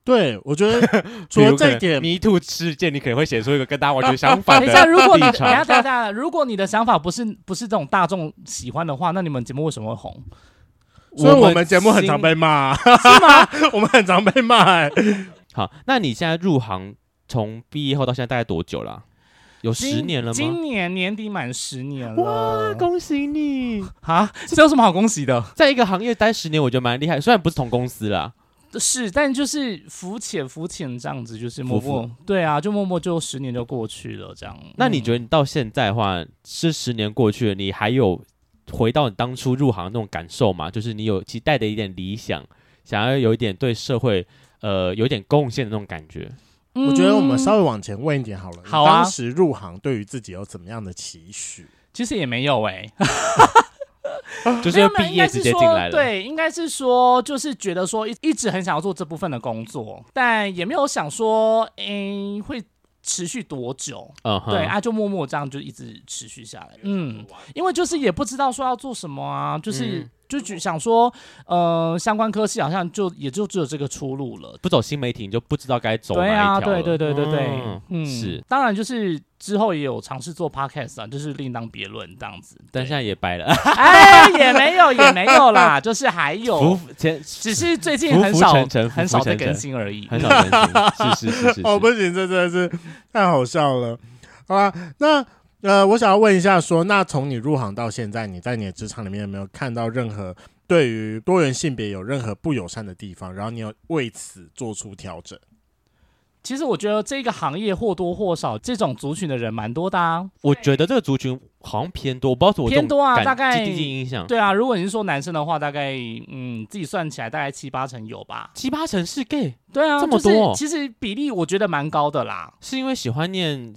B: 对，我觉得除
C: 比
B: 了
C: 如可
B: 这一
C: 能
B: 点，
C: ，Me Too 事件，你可能会写出一个跟大家完全相反
D: 等
C: 的
D: 一下，如果你
C: 立
D: 的等一下
C: 场。
D: 等一下等一下，如果你的想法不是不是这种大众喜欢的话，那你们节目为什么会红？
B: 所以我们节目很常
C: 新
B: 被 骂， 我们很常被骂、哎
C: 好，那你现在入行从毕业后到现在大概多久了啊？有十
D: 今
C: 年了吗
D: 今？年年底满十年
C: 哇，
D: 了
C: 恭喜你！
D: 啊！这有什么好恭喜的？
C: 在一个行业待十年，我觉得蛮厉害。虽然不是同公司啦，
D: 是，但就是浮浅浮浅这样子，就是默
C: 浮
D: 默对啊，就默默就十年就过去了这样。
C: 那你
D: 嗯
C: 觉得你到现在的话，这十年过去了，你还有回到你当初入行的那种感受吗？就是你有期待的一点理想，想要有一点对社会呃有一点贡献的那种感觉。
B: 我觉得我们
D: 嗯
B: 稍微往前问一点好了。你
D: 好啊
B: 当时入行对于自己有怎么样的期许？
D: 其实也没有哎、
C: 就
D: 没
C: 是
D: 有没有
C: 毕
D: 应
C: 业
D: 该
C: 直
D: 是
C: 接
D: 说
C: 进来了，，
D: 对，应该是说就是觉得说一一直很想要做这部分的工作，但也没有想说诶、会持续多久。
C: 嗯哼，
D: 对啊，就默默这样就一直持续下来。嗯，因为就是也不知道说要做什么啊，就是、
C: 嗯
D: 就只想说，呃，相关科系好像就也就只有这个出路了。
C: 不走新媒体你就不知道该走哪
D: 对
C: 一条
D: 啊，
C: 了。
D: 对对对对对，
C: 嗯
D: 嗯，
C: 是，
D: 当然就是之后也有尝试做 podcast 啊，就是另当别论这样子。
C: 但现在也白了，
D: 哎，也没有也没有 啦，就是还
C: 浮
D: 有，
C: 浮前
D: 只是最近
C: 浮
D: 很
C: 浮
D: 少
C: 沉沉浮
D: 很
C: 浮
D: 少在
C: 沉沉
D: 更新而已。
C: 很少更新，是是是是
B: 哦，
C: 是。
B: 不行，这真的是太好笑了。好吧，那呃，我想要问一下说那从你入行到现在，你在你的职场里面有没有看到任何对于多元性别有任何不友善的地方？然后你有为此做出调整？
D: 其实我觉得这个行业或多或少这种族群的人蛮多的啊。
C: 我觉得这个族群好像偏多，我不知道怎么
D: 偏多啊大概
C: 第一印象
D: 对啊，如果你是说男生的话，大概嗯自己算起来大概七八成有吧。
C: 七八成是 gay，
D: 对啊，
C: 这么
D: 就是
C: 多哦
D: 其实比例我觉得蛮高的啦。
C: 是因为喜欢念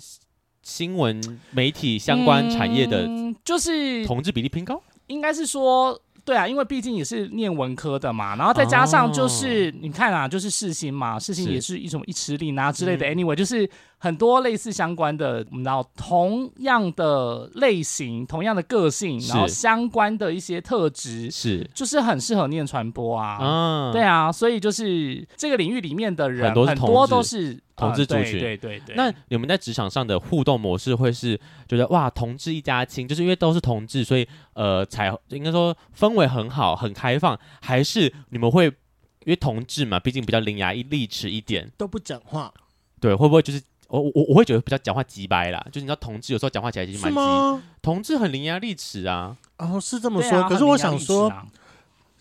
C: 新闻媒体相关产业的
D: 嗯就是
C: 同志比例偏高。
D: 应该是说，对啊，因为毕竟也是念文科的嘛，然后再加上就是、你看啊，就是世新嘛，世
C: 哦
D: 新
C: 是
D: 也是一种一吃力啊之类的、
C: 嗯
D: a n y w a y 就是很多类似相关的，我们知道同样的类型、同样的个性，
C: 是
D: 然后相关的一些特质，
C: 是
D: 就是很适合念传播啊。
C: 啊，
D: 对啊，所以就是这个领域里面的人
C: 很多是同志
D: 都是
C: 同志族群
D: 呃对对对对。
C: 那你们在职场上的互动模式会是觉得哇，同志一家亲，就是因为都是同志，所以呃，才应该说氛围很好，很开放，还是你们会因为同志嘛，毕竟比较伶牙一利齿一点，
B: 都不讲话
C: 对，会不会就是我我我会觉得比较讲话急白啦，就是你知道同志有时候讲话起来其实
B: 是
C: 蛮急，
B: 吗？
C: 同志很伶牙俐齿啊，
B: 哦，是这么
D: 对
B: 说。
D: 啊
B: 可是我
D: 很伶牙
B: 想
D: 俐齿
B: 说，
D: 啊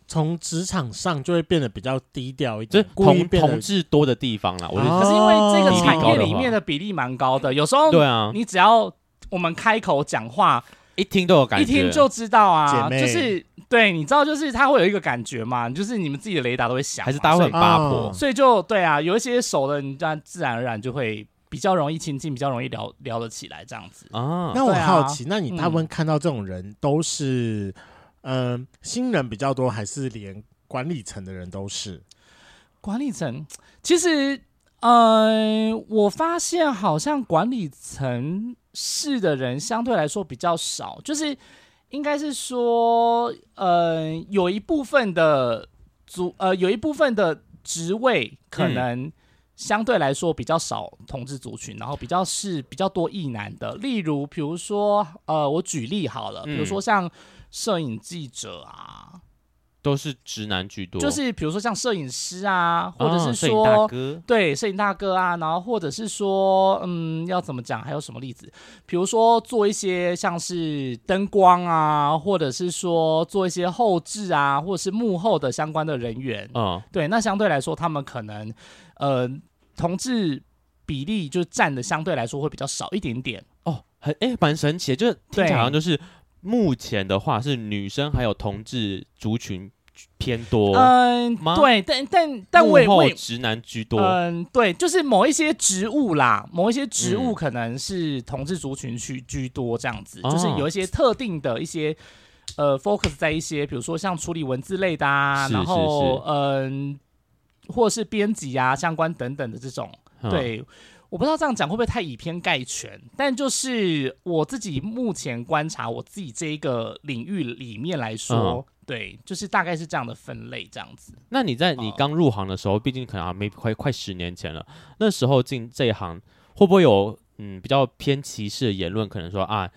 B: 从职场上就会变得比较低调一
C: 就是
B: 点，故意
C: 同
B: 变得
C: 同志多的地方啦，我是、
B: 啊
D: 可是因为这
B: 哦
D: 个产
C: 比例高
D: 业
C: 的
D: 里
C: 话
D: 面的比例蛮高的，有时候
C: 对啊，
D: 你只要我们开口讲话，
C: 一听都有感
D: 一
C: 觉，
D: 听就知道
B: 姐
D: 啊，
B: 妹
D: 就是对，你知道，就是他会有一个感觉嘛，就是你们自己的雷达都会响嘛，
C: 还是大家会很
D: 所
C: 八婆
D: 以，所以就对啊，有一些熟的，你这样自然而然就会比较容易亲近，比较容易聊聊得起来这样子。
C: 啊，
B: 那我
D: 对啊
B: 好奇，那你大部分看到这种人都是，嗯、新人比较多，还是连管理层的人都是？
D: 管理层其实，呃，我发现好像管理层是的人相对来说比较少，就是应该是说，呃，有
C: 嗯
D: 一部分的组，呃，有一部分的职位可能相对来说比较少同志族群，然后比较是比较多异男的。例如，比如说，呃，我举例好
C: 嗯
D: 了，比如说像摄影记者啊，
C: 都是直男居多，
D: 就是比如说像摄影师啊，或者
C: 哦
D: 是
C: 摄影大
D: 说。
C: 哥，
D: 对，摄影大哥啊，然后或者是说，嗯，要怎么讲？还有什么例子？比如说做一些像是灯光啊，或者是说做一些后置啊，或者是幕后的相关的人员。
C: 嗯，
D: 对，那相对来说，他们可能呃同志比例就占的相对来说会比较少一点点。
C: 哦，很哎，蛮神奇的，就是听起
D: 对
C: 来好像就是目前的话是女生还有同志族群偏多，
D: 嗯、
C: 吗
D: 对，但但但我也
C: 幕后
D: 我也
C: 直男居多，
D: 嗯、对，就是某一些职务啦，某一些职务
C: 嗯
D: 可能是同志族群去居多这样子，
C: 哦
D: 就是有一些特定的一些。呃，focus 在一些，比如说像处理文字类的啊，
C: 是
D: 然
C: 是
D: 后嗯、或是编辑啊相关等等的这种，
C: 嗯，
D: 对，我不知道这样讲会不会太以偏概全，但就是我自己目前观察我自己这一个领域里面来
C: 嗯
D: 说，对，就是大概是这样的分类这样子。
C: 那你在你
D: 哦
C: 刚入行的时候，毕竟可能啊还没快快十年前了，那时候进这一行会不会有嗯比较偏歧视的言论？可能说啊，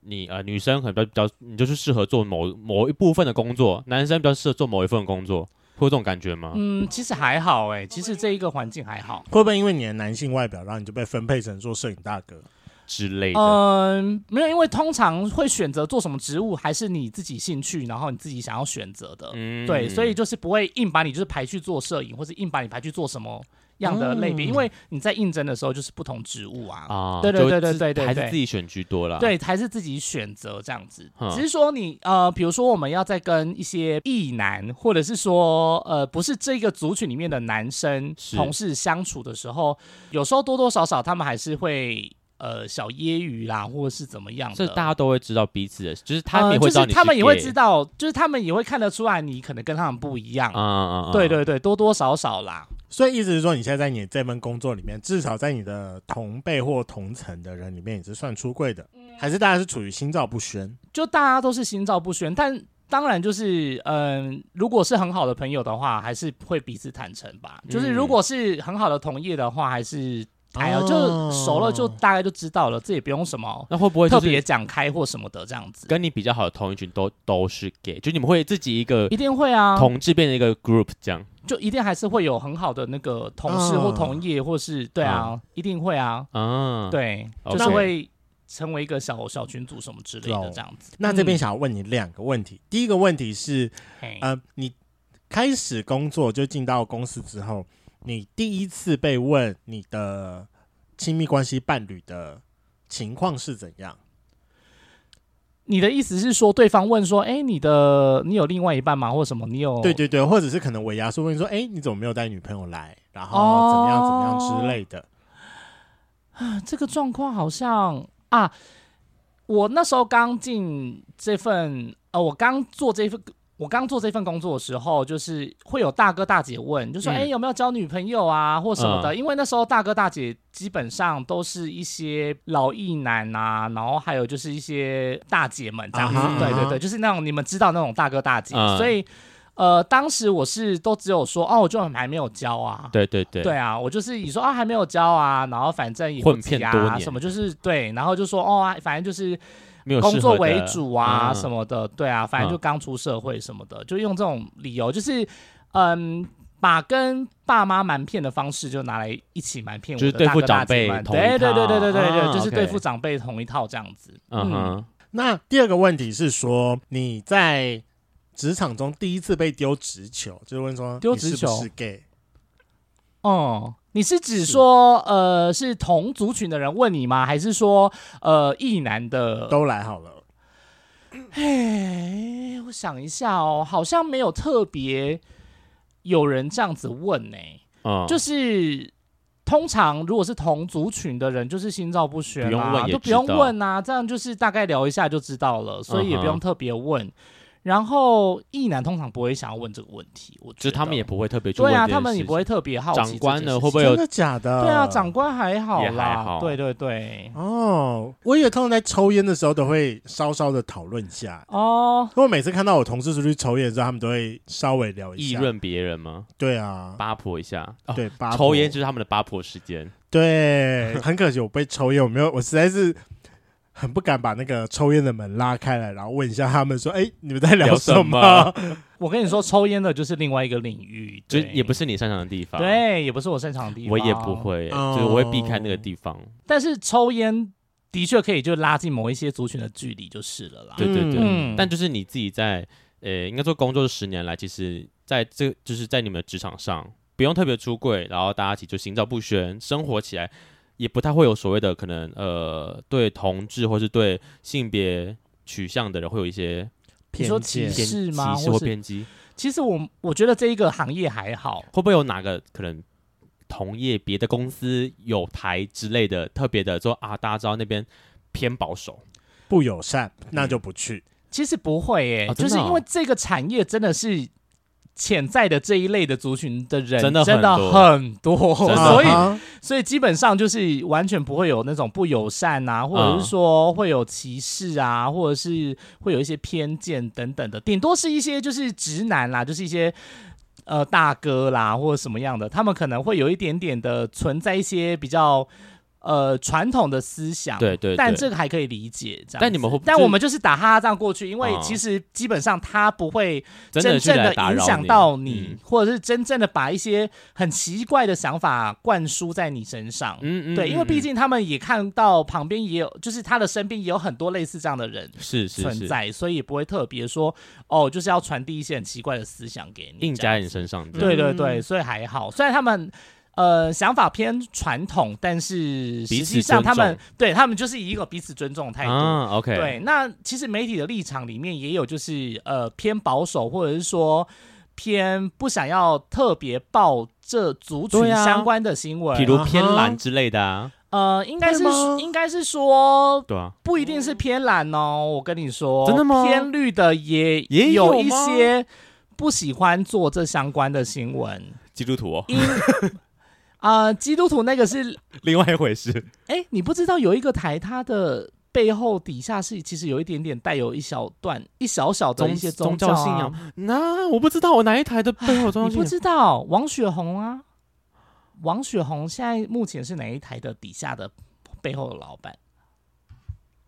C: 你呃女生可能比较比较，你就是适合做某某一部分的工作，男生比较适合做某一份工作，会有这种感觉吗？
D: 嗯，其实还好哎、其实这一个环境还好。
B: 会不会因为你的男性外表，然后你就被分配成做摄影大哥？
C: 之类的。
D: 嗯，没有，因为通常会选择做什么职务，还是你自己兴趣，然后你自己想要选择的。
C: 嗯
D: 对，所以就是不会硬把你就是排去做摄影，或是硬把你排去做什么样的类
C: 嗯
D: 别，因为你在应征的时候就是不同职务啊。
C: 啊，
D: 对对
C: 就
D: 对对
C: 自
D: 对对
C: 还是
D: 对
C: 自己选居多啦。，
D: 对，还是自己选择这样子
C: 哼。
D: 只是说你呃，比如说我们要在跟一些异男，或者是说呃，不是这个族群里面的男生
C: 是
D: 同事相处的时候，有时候多多少少他们还是会呃小揶揄啦，或者是怎么样
C: 这
D: 的。
C: 大家都会知道彼此的，就是他们也
D: 呃
C: 会
D: 就
C: 知道
D: 是
C: 你、
D: 他们也会知。道，就是他们也会看得出来你可能跟他们不一样。
C: 啊啊啊！
D: 对对对，多多少少啦。
B: 所以意思是说，你现在在你这份工作里面，至少在你的同辈或同层的人里面，你是算出柜的，还是大家是处于心照不宣？
D: 就大家都是心照不宣，但当然就是，嗯、如果是很好的朋友的话，还是会彼此坦诚吧。就是如果是很好的同业的话，还是哎呀，就熟了就大概就知道了，这也不用什么
C: 那会不会就
D: 特
C: 是
D: 别讲开或什么的这样子，
C: 跟你比较好的同一群都都是 gay，就你们会自己一个
D: 一定会啊，
C: 同志变成一个 group 这样
D: 就一定还是会有很好的那个同事
B: 嗯
D: 或同业，或是对啊，一定会啊，
C: 啊？，
D: 对，
C: OK
D: 就是会成为一个小小群组什么之类的这样子。
B: 那这边
D: 嗯
B: 想要问你两个问题，第一个问题是，
D: 嘿
B: 呃，你开始工作就进到公司之后，你第一次被问你的亲密关系伴侣的情况是怎样？
D: 你的意思是说，对方问说：“哎、你的你有另外一半吗？或什么？你有
B: 对对对，或者是可能尾牙说问说，哎、你怎么没有带女朋友来？然后怎么样怎么样之类的。
D: 啊这个状况好像啊，我那时候刚进这份呃，我刚做这份。”我刚做这份工作的时候，就是会有大哥大姐问，就说：“
C: 嗯
D: 哎、有没有交女朋友啊，或什
B: 嗯
D: 么的？”因为那时候大哥大姐基本上都是一些老艺男啊，然后还有就是一些大姐们这样子。
B: 啊哈
D: 对
B: 啊
D: 对
B: 哈
D: 对，就是那种你们知道那种大哥大姐，
C: 嗯
D: 所以呃，当时我是都只有说哦，我就还没有交啊。
C: 对对对，
D: 对啊，我就是以说啊还没有交啊，然后反正也不
C: 混片
D: 急啊
C: 多年
D: 什么就是对，然后就说哦，啊反正就是
C: 没有
D: 工
C: 适
D: 作
C: 合的
D: 为主啊什
C: 嗯
D: 么的，对啊，反正就刚出社会什么的，就用这种理由，就是嗯。把跟爸妈瞒骗的方式，就拿来一起瞒骗我
C: 就是
D: 的
C: 对
D: 大
C: 付
D: 哥大
C: 长
D: 姐
C: 辈
D: 们
C: 同一
D: 对对对对对对
C: 套
D: 对，
C: 啊
D: 就是对
C: OK
D: 付长辈同一套这样子。
C: 嗯哼，
B: 那第二个问题是说，你在职场中第一次被丢直球，就是问说
D: 丢
B: 你是
D: 直球
B: 不是 gay？
D: 哦，你是指
B: 是
D: 说呃是同族群的人问你吗？还是说呃异男的
B: 都来好了。
D: 哎，我想一下哦，好像没有特别有人这样子问呢、
C: 嗯，
D: 就是通常如果是同族群的人，就是心照不宣
C: 不用
D: 啦、
C: 问也
D: 就不
C: 知
D: 用
C: 道
D: 问啊，这样就是大概聊一下就知道了，所以也不
C: 嗯哼
D: 用特别问。然后艺男通常不会想要问这个问题，我
C: 就
D: 觉
C: 是
D: 得
C: 他们也不会特别去问
D: 对啊，
C: 这件
D: 他们也
C: 事
D: 不会特别好奇
C: 长官呢
D: 这件事情
C: 会不会有
B: 真的假的？
D: 对啊，长官还好
C: 也
D: 啦，
C: 还好
D: 对对对，
B: 哦，我以为他们在抽烟的时候都会稍稍的讨论一下。
D: 哦，
B: 因为我每次看到我同事出去抽烟的时候，他们都会稍微聊一
C: 议
B: 下。
C: 论别人吗？
B: 对啊，
C: 八婆一下，哦、
B: 对，八
C: 抽烟
B: 婆
C: 就是他们的八婆时间。
B: 对，很可惜我被抽烟，我没有，我实在是很不敢把那个抽烟的门拉开来，然后问一下他们说：“哎、你们在
C: 聊什
B: 什
C: 么？
D: 我跟你说，抽烟的就是另外一个领域，
C: 就
D: 对
C: 也不是你擅长的地方。，
D: 对，也不是我擅长的地方，
C: 我也不。会，
B: 哦
C: 就是我会避开那个地方。
D: 但是抽烟的确可以就拉近某一些族群的距离就是了啦。
C: 对对对，
D: 嗯
C: 但就是你自己在呃，应该说工作十年来，其实在这就是在你们的职场上，不用特别出柜，然后大家一起就心照不宣，生活起来也不太会有所谓的可能呃，对同志或是对性别取向的人会有一些
D: 你说歧
C: 偏
D: 视
C: 歧
D: 吗
C: 视
D: 或
C: 或
D: 是
C: 偏激，
D: 其实我我觉得这一个行业还好，
C: 会不会有哪个可能？同业别的公司有台之类的特别的说啊，大家知道那边偏保守，
B: 不友善，那就不去。
D: 其实不会耶、
C: 哦真
D: 就
C: 的
D: 是
C: 哦
D: 因为这个产业真的是潜在的这一类的族群的人
C: 真的很
D: 真的
C: 多
D: 很多，
C: 真的
D: 所以
B: 啊哈
D: 所以基本上就是完全不会有那种不友善
C: 嗯
D: 啊，或者是说会有歧视啊，或者是会有一些偏见等等的，顶多是一些就是直男啦，就是一些。呃，大哥啦，或者什么样的，他们可能会有一点点的存在一些比较呃传统的思想，
C: 对对对
D: 啊但这个还可以理解。这样子，
C: 但你们会
D: 但
C: 就
D: 我们就是打哈哈仗过去，因为
C: 嗯
D: 其实基本上他不会
C: 真
D: 真
C: 的去
D: 正
C: 来
D: 的
C: 打扰嗯
D: 影响到你，或者是真正的把一些很奇怪的想法灌输在你身上。
C: 嗯嗯，
D: 对，因为
C: 嗯
D: 毕竟他们也看到旁边也有，就是他的身边也有很多类似这样的人
C: 嗯是是
D: 存
C: 是
D: 在，所以也不会特别说哦，就是要传递一些很奇怪的思想给你。
C: 硬
D: 这样
C: 加在你身上，
D: 对对
B: 嗯
D: 对，所以还好。虽然他们呃想法偏传统，但是
C: 彼
D: 实
C: 此
D: 际上他
C: 尊
D: 们
C: 重
D: 对他们就是以一个彼此尊重的态度。
C: 啊，OK，
D: 对，那其实媒体的立场里面也有，就是呃偏保守，或者是说偏不想要特别报这族群
C: 对啊
D: 相关的新闻。
C: 比如
B: 啊
C: 偏
B: 哈
C: 蓝之类的啊，
D: 呃，应该
B: 会
D: 是
B: 吗
D: 应该是说
C: 对啊，
D: 不一定是偏蓝哦，我跟你说，
C: 真的吗
D: 偏绿的也
C: 也有
D: 有一
C: 吗
D: 些不喜欢做这相关的新闻，
C: 基督徒哦，
D: 因 啊、基督徒那个是
C: 另外一回事，
D: 哎，你不知道有一个台，它的背后底下是其实有一点点带有一小段、一小小的
C: 宗
D: 一些
C: 宗
D: 教啊
C: 信仰，那我不知道我哪一台的背后有宗教
D: 你不
C: 信仰，
D: 知道王雪红啊？王雪红现在目前是哪一台的底下的背后的老板？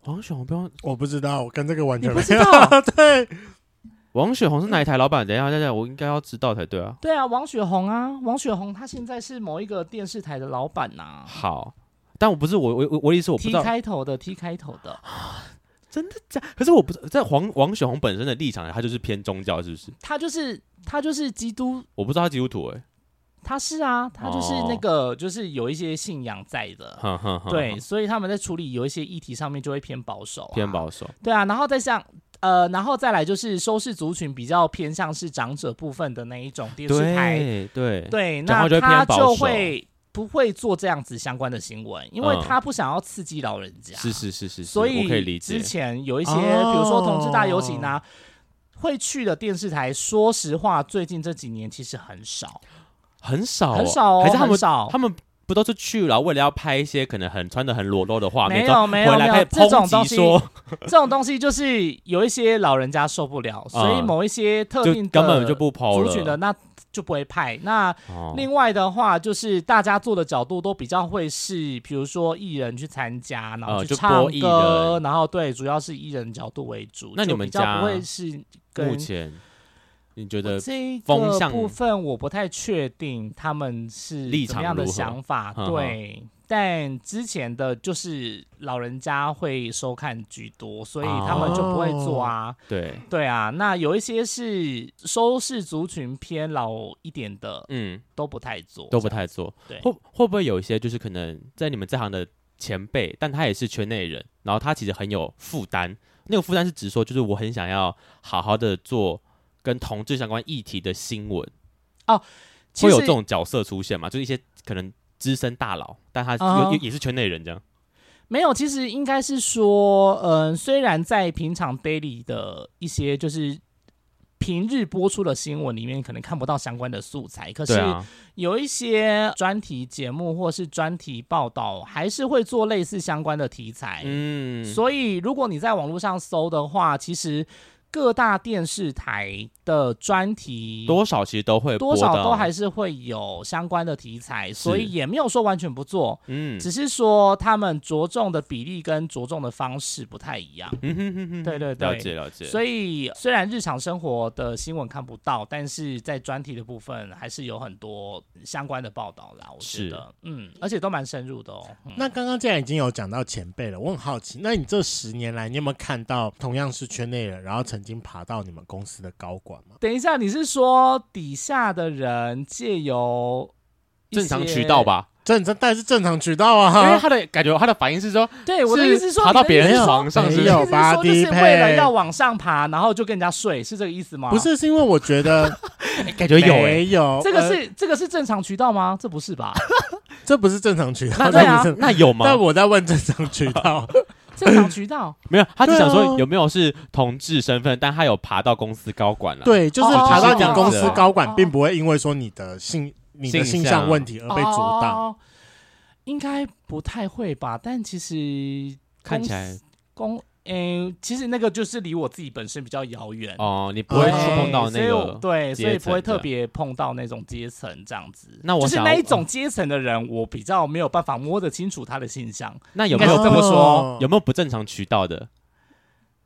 C: 王雪红不用，
B: 我不知道，我跟这个完
D: 你
B: 全
D: 不
B: 没
D: 知
B: 有。
D: 道？
B: 对，
C: 王雪红是哪一台老板？等一下，等一下，我应该要知道才对啊。
D: 对啊，王雪红啊，王雪红她现在是某一个电视台的老板呐、
C: 好，但我不是我我我我的意思我不知
D: T
C: 道，
D: 开头的 T 开头的，
C: 真的假？可是我不知在黄王雪红本身的立场，他就是偏宗教，是不是？
D: 他就是他就是基督，
C: 我不知道他基督徒哎，
D: 他是啊，他就是那
C: 哦
D: 个、就是有一些信仰在的。
C: 哼哼哼，
D: 对，
C: 哼，
D: 所以他们在处理有一些议题上面就会偏保守、
C: 偏。保守，
D: 对啊，然后再像呃，然后再来就是收视族群比较偏向是长者部分的那一种电视台，
C: 对对，
D: 对，
C: 讲话
D: 那
C: 就会
D: 他
C: 偏保守
D: 就会不会做这样子相关的新闻，因为
C: 嗯
D: 他不想要刺激老人家，
C: 是是是是，是
D: 所
C: 我可以
D: 以
C: 理
D: 之
C: 解，
D: 前有一些，
B: 哦
D: 比如说同志大游行啊。会去的电视台，说实话，最近这几年其实很少，
C: 很少
D: 很少哦，
C: 还是他们
D: 很少
C: 他，们不都是去了，为了要拍一些可能很穿的很裸露的画面，
D: 没
C: 然后
D: 有没有
C: 回
D: 没
C: 来
D: 有
C: 开始
D: 这种
C: 抨
D: 东
C: 击
D: 西
C: 说，
D: 这种东西就是有一些老人家受不了，所以某一些特
C: 啊就
D: 定的
C: 根本就不抛
D: 族
C: 了。
D: 群的那就不会派。那
C: 哦
D: 另外的话，就是大家做的角度都比较会是，比如说艺人去参加，然后
C: 呃
D: 去
C: 就
D: 唱
C: 播艺
D: 歌，
C: 人
D: 然后对，主要是艺人角度为主。
C: 那你
D: 就
C: 们
D: 比较
C: 家
D: 不会是
C: 目
D: 跟
C: 前你觉得
D: 这
C: 风
D: 个
C: 向
D: 部分我不太确定他们是
C: 立
D: 怎么
C: 场
D: 样的
C: 如何
D: 想法，
C: 嗯哼
D: 对。但之前的就是老人家会收看居多，所以他们就不会做
C: 哦
D: 啊。
C: 对？
D: 对啊，那有一些是收视族群偏老一点的，
C: 嗯，
D: 都不太做，
C: 都不太做。
D: 对
C: 会会不会有一些就是可能在你们这行的前辈，但他也是圈内人，然后他其实很有负担。那个负担是指说，就是我很想要好好的做跟同志相关议题的新闻，
D: 其
C: 会有这
D: 实
C: 种角色出现嘛？就是一些可能资深大佬，但他
D: 啊
C: 有也也是圈内人这样。
D: 没有，其呃实应该是说，嗯、虽然在平常 daily 的一些就是平日播出的新闻里面，你可能看不到相关的素材。可
C: 对
D: 是
C: 啊，
D: 有一些专题节目或是专题报道，还是会做类似相关的题材。
C: 嗯，
D: 所以如果你在网络上搜的话，其实各大电视台的专题
C: 多少其实都会
D: 多
C: 播
D: 少
C: 到啊
D: 都还是会有相关的题材，所以也没有说完全不做，
C: 嗯
D: 只是说他们着重的比例跟着重的方式不太一样。
C: 嗯哼哼哼，
D: 对对
C: 了解
D: 对。
C: 了解。
D: 所以，虽然日常生活的新闻看不到，但是在专题的部分还是有很多相关的报道啦。我觉
C: 是
D: 得，嗯，而且都蛮深入的哦。嗯
B: 那刚刚既然已经有讲到前辈了，我很好奇，那你这十年来，你有没有看到同样是圈内人，然后曾经爬到你们公司的高管吗？
D: 等一下，你是说底下的人借由一
C: 正常
D: 些
C: 渠道？吧，
B: 正常，但是正常渠道
C: 因为
B: 啊，
C: 他的感觉，他的反应是 说，
D: 对，我的意思是说，
C: 爬到
D: 你的
C: 别
D: 意思
C: 人
D: 是说
C: 床上是
B: 没
C: 不
D: 你
C: 是
D: 的
B: 有
D: 意思是
B: 吧
D: 说就是
B: 低
D: 为了
B: 配
D: 要往上爬，然后就跟人家睡，是这个意思吗？
B: 不，是是因为我觉得
C: 感觉有哎、
B: 没有，
D: 这个
B: 呃
D: 是这个是正常渠道吗？这不是吧？
B: 这不是正常渠道，
D: 那对啊
B: 这不是。
C: 那有吗？
B: 但我在问正常渠道，
D: 正常渠道
C: 没有，他只
B: 对
C: 想
B: 啊
C: 说有没有是同志身份，但他有爬到公司高管 了。，
B: 对，就是爬到你
C: 哦
B: 公司高管
D: 哦，
B: 并不会因为说你的性、你的
C: 性
B: 性
C: 向
B: 向问题而被阻挡。
D: 哦应该不太会吧？但其实
C: 看起来
D: 公诶、其实那个就是离我自己本身比较遥远。
C: 哦，你不会
D: 对
C: 触碰到
D: 所
C: 那
D: 以我
C: 个。
D: 对，所以
C: 阶
D: 不
C: 层
D: 会特
C: 的
D: 别碰到那种阶层这样子。
C: 那我
D: 就是
C: 想
D: 那
C: 要
D: 一种阶层的人，我比较没有办法摸得清楚他的形象，
C: 那有
D: 应该
C: 没
D: 是
C: 有
D: 这么说
B: 哦
C: 有没有不正常渠道的？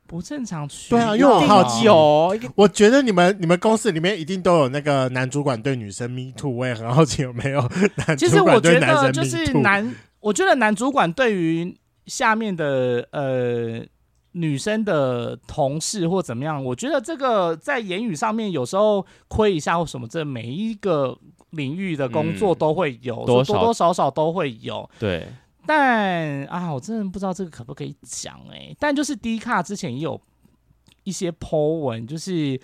D: 不正常渠
B: 对啊因为我
D: 道
B: 好奇
D: 哦
C: 有，
B: 我觉得你们你们公司里面一定都有那个男主管对女生 me too，我也很好奇有没有 男
D: 其
B: 主
D: 实我
B: 管
D: 觉
B: 对男生 me
D: 得就是
B: 男
D: 男，我觉得男主管对于下面的呃女生的同事或怎么样，我觉得这个在言语上面有时候亏一下或什么，这每一个领域的工作
C: 嗯
D: 都会有，
C: 多
D: 多
C: 少
D: 多少少都会有。
C: 对，
D: 但啊，我真的不知道这个可不可以讲哎、但就是 D 卡之前也有一些 Po 文，就是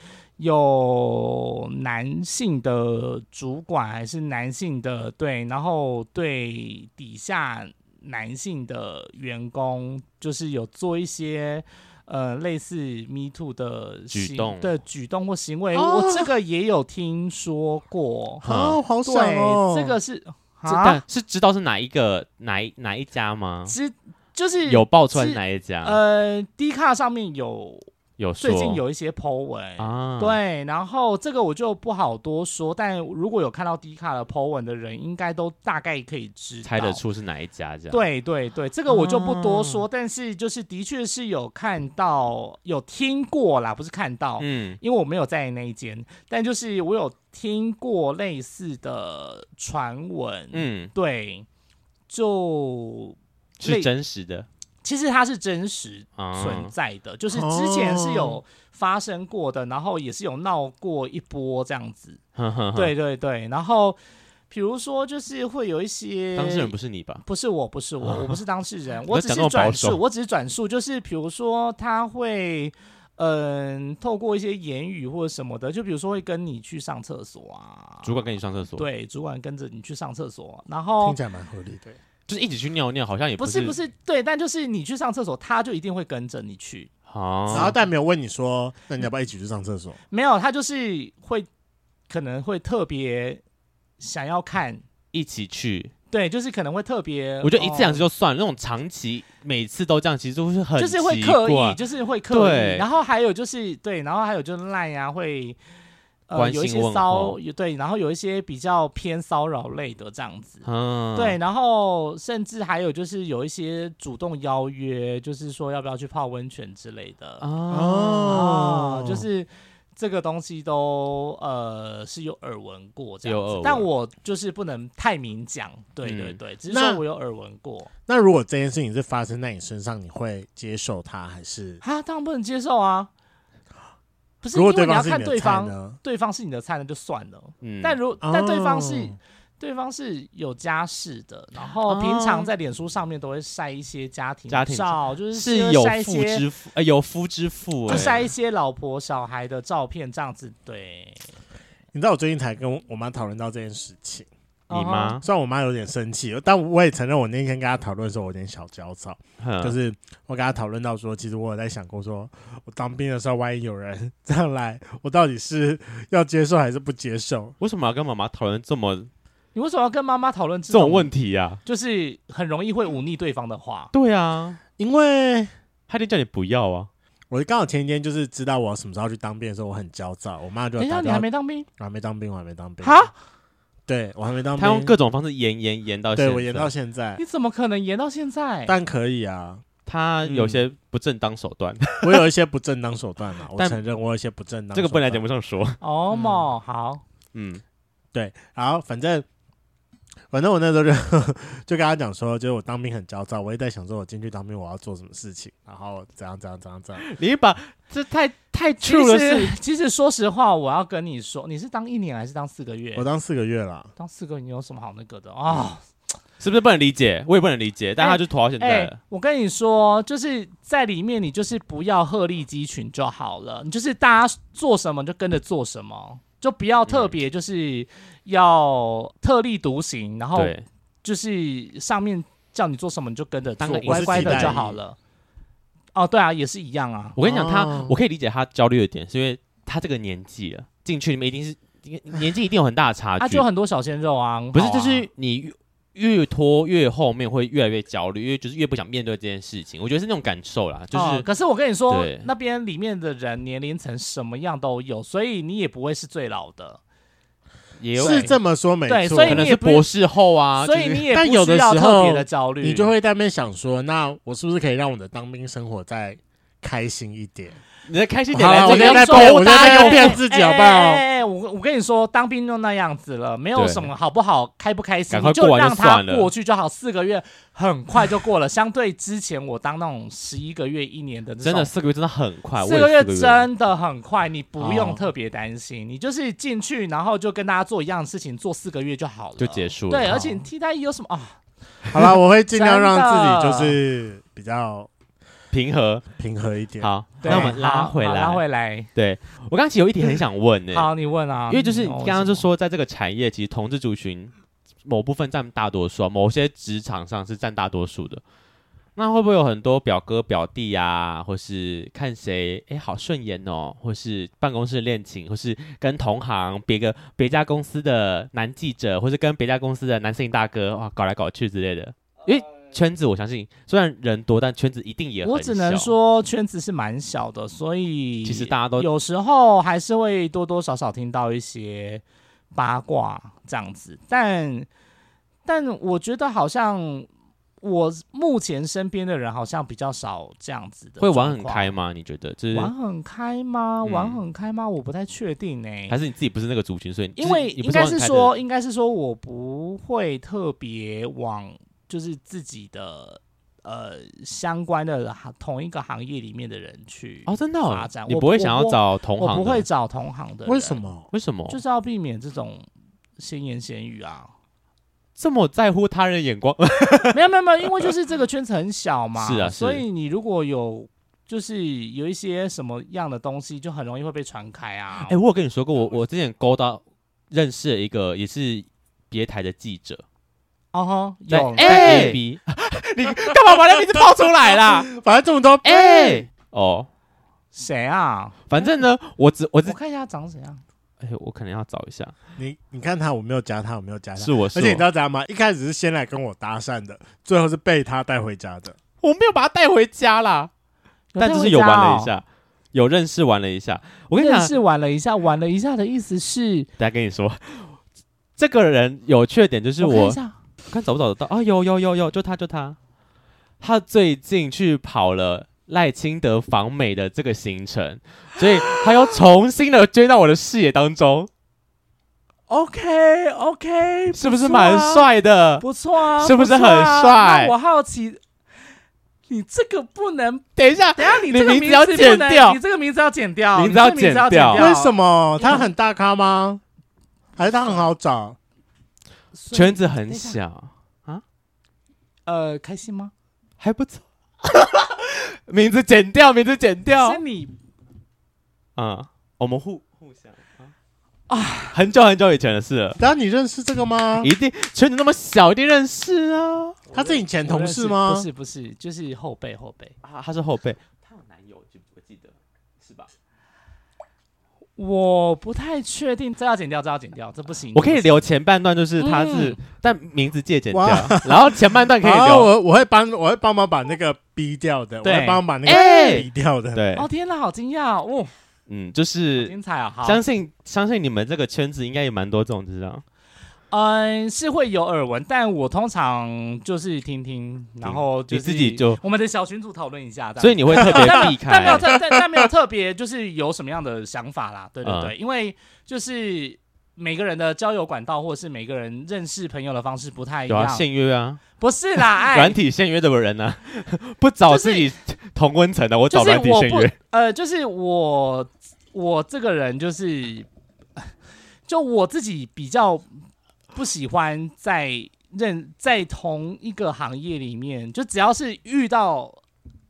D: 有男性的主管还是男性的对，然后对底下男性的员工，就是有做一些。呃，类似 Me Too 的
C: 举
D: 行
C: 动
D: 的举动或行为，
B: 哦
D: 我这个也有听说过。
B: 啊，好
D: 对，
B: 爽哦！
D: 这个是
C: 这
D: 啊
C: 但，是知道是哪一个哪一哪一家吗？
D: 知就是
C: 有爆出来是
D: 是
C: 哪一家？
D: 呃，D 卡上面有
C: 有啊说
D: 最近有一些 Po 文，
C: 啊，，
D: 对，然后这个我就不好多说，但如果有看到 D 卡的 Po 文的人，应该都大概可以知道
C: 猜得。出是嗯哪一家这样。，
D: 对对对，这个我就不多说，但是就是的确是有看到、有听过啦，不是看到，
C: 嗯，
D: 因为我没有在那一间，但就是我有听过类似的传闻，
C: 嗯，
D: 对，就是类
C: 真实的
D: 其实它是真实
C: 啊，
D: 存 在的，就是之前是有发生过的，然后也是有闹过一波这样子。
C: 哼哼哼，
D: 对对对，然后比如说就是会有一些
C: 当事人不是你吧？
D: 不是我，不是我，我不是当事人，我
C: 要
D: 只
C: 讲那么
D: 是转
C: 保守
D: 述，我只是转述，就是比如说他会。嗯，透过一些言语或者什么的，就比如说会跟你去上厕所啊，
C: 主管跟你上厕所，，
D: 对，主管跟着你去上厕所，啊然后
B: 听起来蛮合理的。
C: 就是一起去尿尿，好像也
D: 不
C: 是
D: 是不是对，但就是你去上厕所，他就一定会跟着你去，
B: 然后
C: 啊，
B: 但没有问你说，那你要不要一起去上厕所？
D: 没有，他就是会可能会特别想要看，
C: 一起去。
D: 对，就是可能会特别，
C: 我觉得一次两次
D: 哦
C: 就算了，那种长期每次都这样，其实就是很
D: 就是会
C: 奇
D: 刻意，
C: 怪
D: 就是会刻意。
C: 对
D: 然后还有就是对，然后还有就是赖呀、会。呃，
C: 关
D: 有
C: 心
D: 一些
C: 问
D: 骚
C: 候
D: 有对，然后有一些比较偏骚扰类的这样子，
C: 嗯，
D: 对，，然后甚至还有就是有一些主动邀约，就是说要不要去泡温泉之类的，
C: 哦，
D: 啊，就是这个东西都呃是有耳闻过这样
C: 有耳
D: 子
C: 闻，
D: 但我就是不能太明讲，对
C: 嗯
D: 对对，只是
B: 那
D: 说我有耳闻过
B: 那如果这件事情是发生在你身上，你会接受它还是？
D: 啊，当然不能接受啊，不是
B: 如
D: 因
B: 果
D: 为
B: 对
D: 你要
B: 方是
D: 看
B: 你的
D: 对
B: 菜
D: 方，
B: 呢？
D: 对方是你的菜那就算了，
C: 嗯
D: 但如但对方是
B: 哦。
D: 对方是有家室的，然后平常在脸书上面都会晒一些家庭
C: 家庭
D: 照，就是
C: 是
D: 会
C: 有
D: 晒一
C: 妇
D: 些，
C: 之夫，呃，有夫之妇，
D: 就
C: 哎
D: 晒一些老婆小孩的照片这样子，对，
B: 你知道我最近才跟我妈讨论到这件事情，
C: 你
D: 哦
C: 妈，
B: 虽然我妈有点生气，但我也承认我那天跟她讨论的时候，我有点小焦躁。就
C: 哼
B: 是我跟他讨论到说，其实我有在想过说，我当兵的时候，万一有人这样来，我到底是要接受还是不接受？
C: 为什么要跟妈妈讨论这么
D: 你为什么要跟妈妈讨论这
C: 这种问
D: 题？
C: 题呀？
D: 就是很容易会忤逆对方的话。
C: 对啊，
B: 因为
C: 他一定叫你不要啊。
B: 我刚好前一天就是知道我什么时候去当兵的时候，我很焦躁，我妈就
C: 啊
D: 等一
B: 打
D: 下，你
B: 电话
D: 还，没当兵
B: 我还没当兵，我还没当兵，
D: 哈？
B: 对我还没当兵，
C: 他用各种方式延延延到现
B: 对
C: 在，
B: 我延到现 在
D: 你，怎么可能延到现在？
B: 但可以啊，
C: 他有些不正嗯当手段，
B: 我有一些不正当手段嘛，我
C: 但
B: 承认我有一些不正当手段，
C: 这个不能在节目上说。
D: 哦嘛，好，
C: 嗯，
B: 对，然后反正反正我那时候就 就跟他讲说，就是我当兵很焦躁，我也在想说我进去当兵我要做什么事情，然后怎样怎样怎样怎样。
C: 你把这太太
D: 其
C: true 了是，
D: 实其实说实话，我要跟你说，你是当一年还是当四个月
B: 我？当四个月了，
D: 当四个月你有什么好那个的啊？
C: 是不是不能理解？我也不能理解，但他就拖到现在
D: 哎、
C: 了。
D: 我跟你说，就是在里面，你就是不要鹤立鸡群就好了，你就是大家做什么就跟着做什么，就不要特别就是要特立独行，然后
C: 对，
D: 就是上面叫你做什么你就跟着
C: 当
D: 做
C: 个，
D: 乖乖
B: 我是
D: 的
B: 替代
D: 就
B: 役
D: 好了。哦，对啊，也是一样啊。
C: 我跟你讲，他
B: 哦
C: 我可以理解他焦虑的点，是因为他这个年纪了，进去里面一定是年纪一定有很大的差
D: 他
C: 距
D: 啊就。很多小鲜肉啊，
C: 不是
D: 好，啊
C: 就是你越越拖越后面会越来越焦虑，因为就是越不想面对这件事情。我觉得是那种感受啦，就是、
D: 哦可是我跟你说
C: 对，
D: 那边里面的人年龄层什么样都有，所以你也不会是最老的，
C: 也有哎
B: 是这么说没
D: 对
B: 错，
D: 所以
C: 可
D: 你
C: 能
D: 也
C: 是
D: 不是
C: 博士后啊，
D: 所以
C: 就是
D: 你也
B: 但有
D: 不
B: 的
D: 需要
B: 时
D: 特别
B: 候
D: 的焦虑，
B: 你就会在那边想说，那我是不是可以让我的当兵生活再开心一点？
C: 你的开心点
B: 好
C: 来
B: 了，
C: 这
B: 我现
C: 边
B: 在
D: 在
B: 变，我现
C: 勾搭
B: 在在
C: 用
B: 骗自己好不好？
D: 哎，我我跟你说，当兵就那样子了，没有
C: 对
D: 什么好不好，开不开心
C: 赶快，过
D: 就
C: 完就
D: 让他
C: 算了
D: 过去就好。四个月很快就过了，相对之前我当那种十一个月、一年的，
C: 真的。四个月真的很快，我
D: 四
C: 也
D: 个
C: 个
D: 月真的很快，你不
B: 哦
D: 用特别担心，你就是进去，然后就跟大家做一样的事情，做四个月就好了，
C: 就结束了
D: 对，
C: 哦
D: 而且你替代役有什么啊？
B: 好了，我会尽量让自己
D: 真的
B: 就是比较
C: 平和。
B: 平和一点。
C: 好，
D: 对
C: 那我们拉
D: 好
C: 回
D: 好
C: 来。
D: 拉回来。
C: 对我刚刚其实有一点很想问呢、欸
D: 好，你问啊，
C: 因为就是
D: 你
C: 你刚刚就，说，在这个产业，其实同志族群某部分占大多数啊，某些职场上是占大多数的。那会不会有很多表哥表弟啊，或是看谁哎好顺眼哦，或是办公室恋情，或是跟同行别个别家公司的男记者，或是跟别家公司的男摄影大哥哇搞来搞去之类的？
D: 呃
C: 因为圈子我相信虽然人多，但圈子一定也很
D: 我只能
C: 小，嗯
D: 说圈子是蛮小的，所以
C: 其实大家都
D: 有时候还是会多多少少听到一些八卦这样子，但但我觉得好像我目前身边的人好像比较少这样子的，
C: 会玩很开。吗？你觉得就是
D: 玩很开吗？
C: 嗯
D: 玩很开吗？我不太确定欸呢、
C: 还是你自己不是那个族群，所以你
D: 因
C: 就
D: 为
C: 是你
D: 应
C: 不
D: 该
C: 玩
D: 是
C: 开的
D: 说，应该是说我不会特别往就是自己的呃相关的行同一个行业里面的人去
C: 哦，真的哦、
D: 发展
C: 你
D: 我
C: 不会
D: 我
C: 想要
D: 不
C: 找同行的？
D: 我不会找同行的人，
B: 为什？么？
C: 为什么？
D: 就是要避免这种闲言闲语啊！
C: 这么在乎他人眼光？
D: 没有没有没有，因为就是这个圈子很小嘛，
C: 是啊是
D: 所以你如果有就是有一些什么样的东西，就很容易会被传开啊。
C: 哎、我有跟你说过，我我之前勾到认识了一个也是别台的记者，
D: 哦吼，
C: 在
D: 有
C: 在
D: 哎
C: AB，、你干嘛把那名字爆出来啦？
B: 反正这么多
C: 哎、 哦，
D: 谁啊？
C: 反正呢，我只我只
D: 我看一下他长怎样。
C: 哎、我可能要找一下，
B: 你你看他，我没有加他，我没有加他。
C: 是我是
B: 而且你知
C: 我，
B: 道怎样吗？一开始是先来跟我搭讪的，最后是被他带回家的。
C: 我没有把他带回家啦，但就是有玩
D: 哦
C: 了一，下，有认识玩了一下。我
D: 我
C: 跟你讲，
D: 是玩了一下，玩了一下的意思是，
C: 大家跟你说，这个人有缺点就是
D: 我看
C: 我
D: 一下
C: 看找不找得到啊？有有有有，就他就他，他最近去跑了赖清德访美的这个行程，所以他又重新的追到我的视野当中，
D: OK OK，
C: 是不是蛮？帅的？
D: 不错啊，
C: 是不是
D: 错啊
C: 很帅
D: 那我好奇，你这个不能，
C: 等一下，
D: 等一下你这个
C: 你名字
D: 名
C: 要
D: 字不
C: 剪
D: 能
C: 掉
D: 你这个名字要剪掉，
C: 名
D: 你
C: 字
D: 这
C: 要
D: 个名字
C: 剪
D: 要
C: 掉
D: 掉，
B: 为什？么他很大咖吗？还是他很好找？
C: 圈子很小，
D: 呃，开心吗？
C: 还不错。名字剪啊掉，名字剪掉
D: 是。你
C: 嗯，我们互互相。啊很久很久以前的事了，
B: 然后你认识这个吗？
D: 嗯
C: 一定圈子那么小，一定认识啊。
B: 他是你前
D: 我
B: 同
D: 认识
B: 事吗
D: 不？是不是，就是后辈后辈。
C: 啊，他是后辈，他有男友，记我记得是吧？
D: 我不太确定，这要剪掉，这要剪掉，这不
B: 嗯
D: 行。
C: 我可以
D: 这
C: 留前半段，就是他是，
D: 嗯
C: 但名字借剪掉
B: 哇，
C: 然后前半段可以
B: 好，
C: 留。
B: 我我会帮我会帮忙把那个逼掉的，我
D: 对
B: 会帮忙把那
C: 哎
B: 个逼掉的。
C: 对
D: 不行。，哦天哪，好惊讶哦，哦
C: 嗯，就是
D: 精彩啊！好，
C: 相信相信你们这个圈子应该也蛮多这种，知道？
D: 嗯，是会有耳闻，但我通常就是听听，然后
C: 你
D: 就
C: 自
D: 是
C: 己就，
D: 我们的小群组讨论一下，这样
C: 所以你会特别避
D: 但没有
C: 开。
D: 特但但没有特别就是有什么样的想法啦，对对
C: 嗯
D: 对，因为就是每个人的交友管道或者是每个人认识朋友的方式不太一
C: 有啊，
D: 样，
C: 限约啊，
D: 不是 啦，哎
C: 软，体限约的人呢、 不找自己同温层的，我
D: 就
C: 找
D: 是
C: 软体
D: 我
C: 限
D: 不
C: 约。
D: 呃，就是我我这个人就是，就我自己比较不喜欢在认在同一个行业里面，就只要是遇到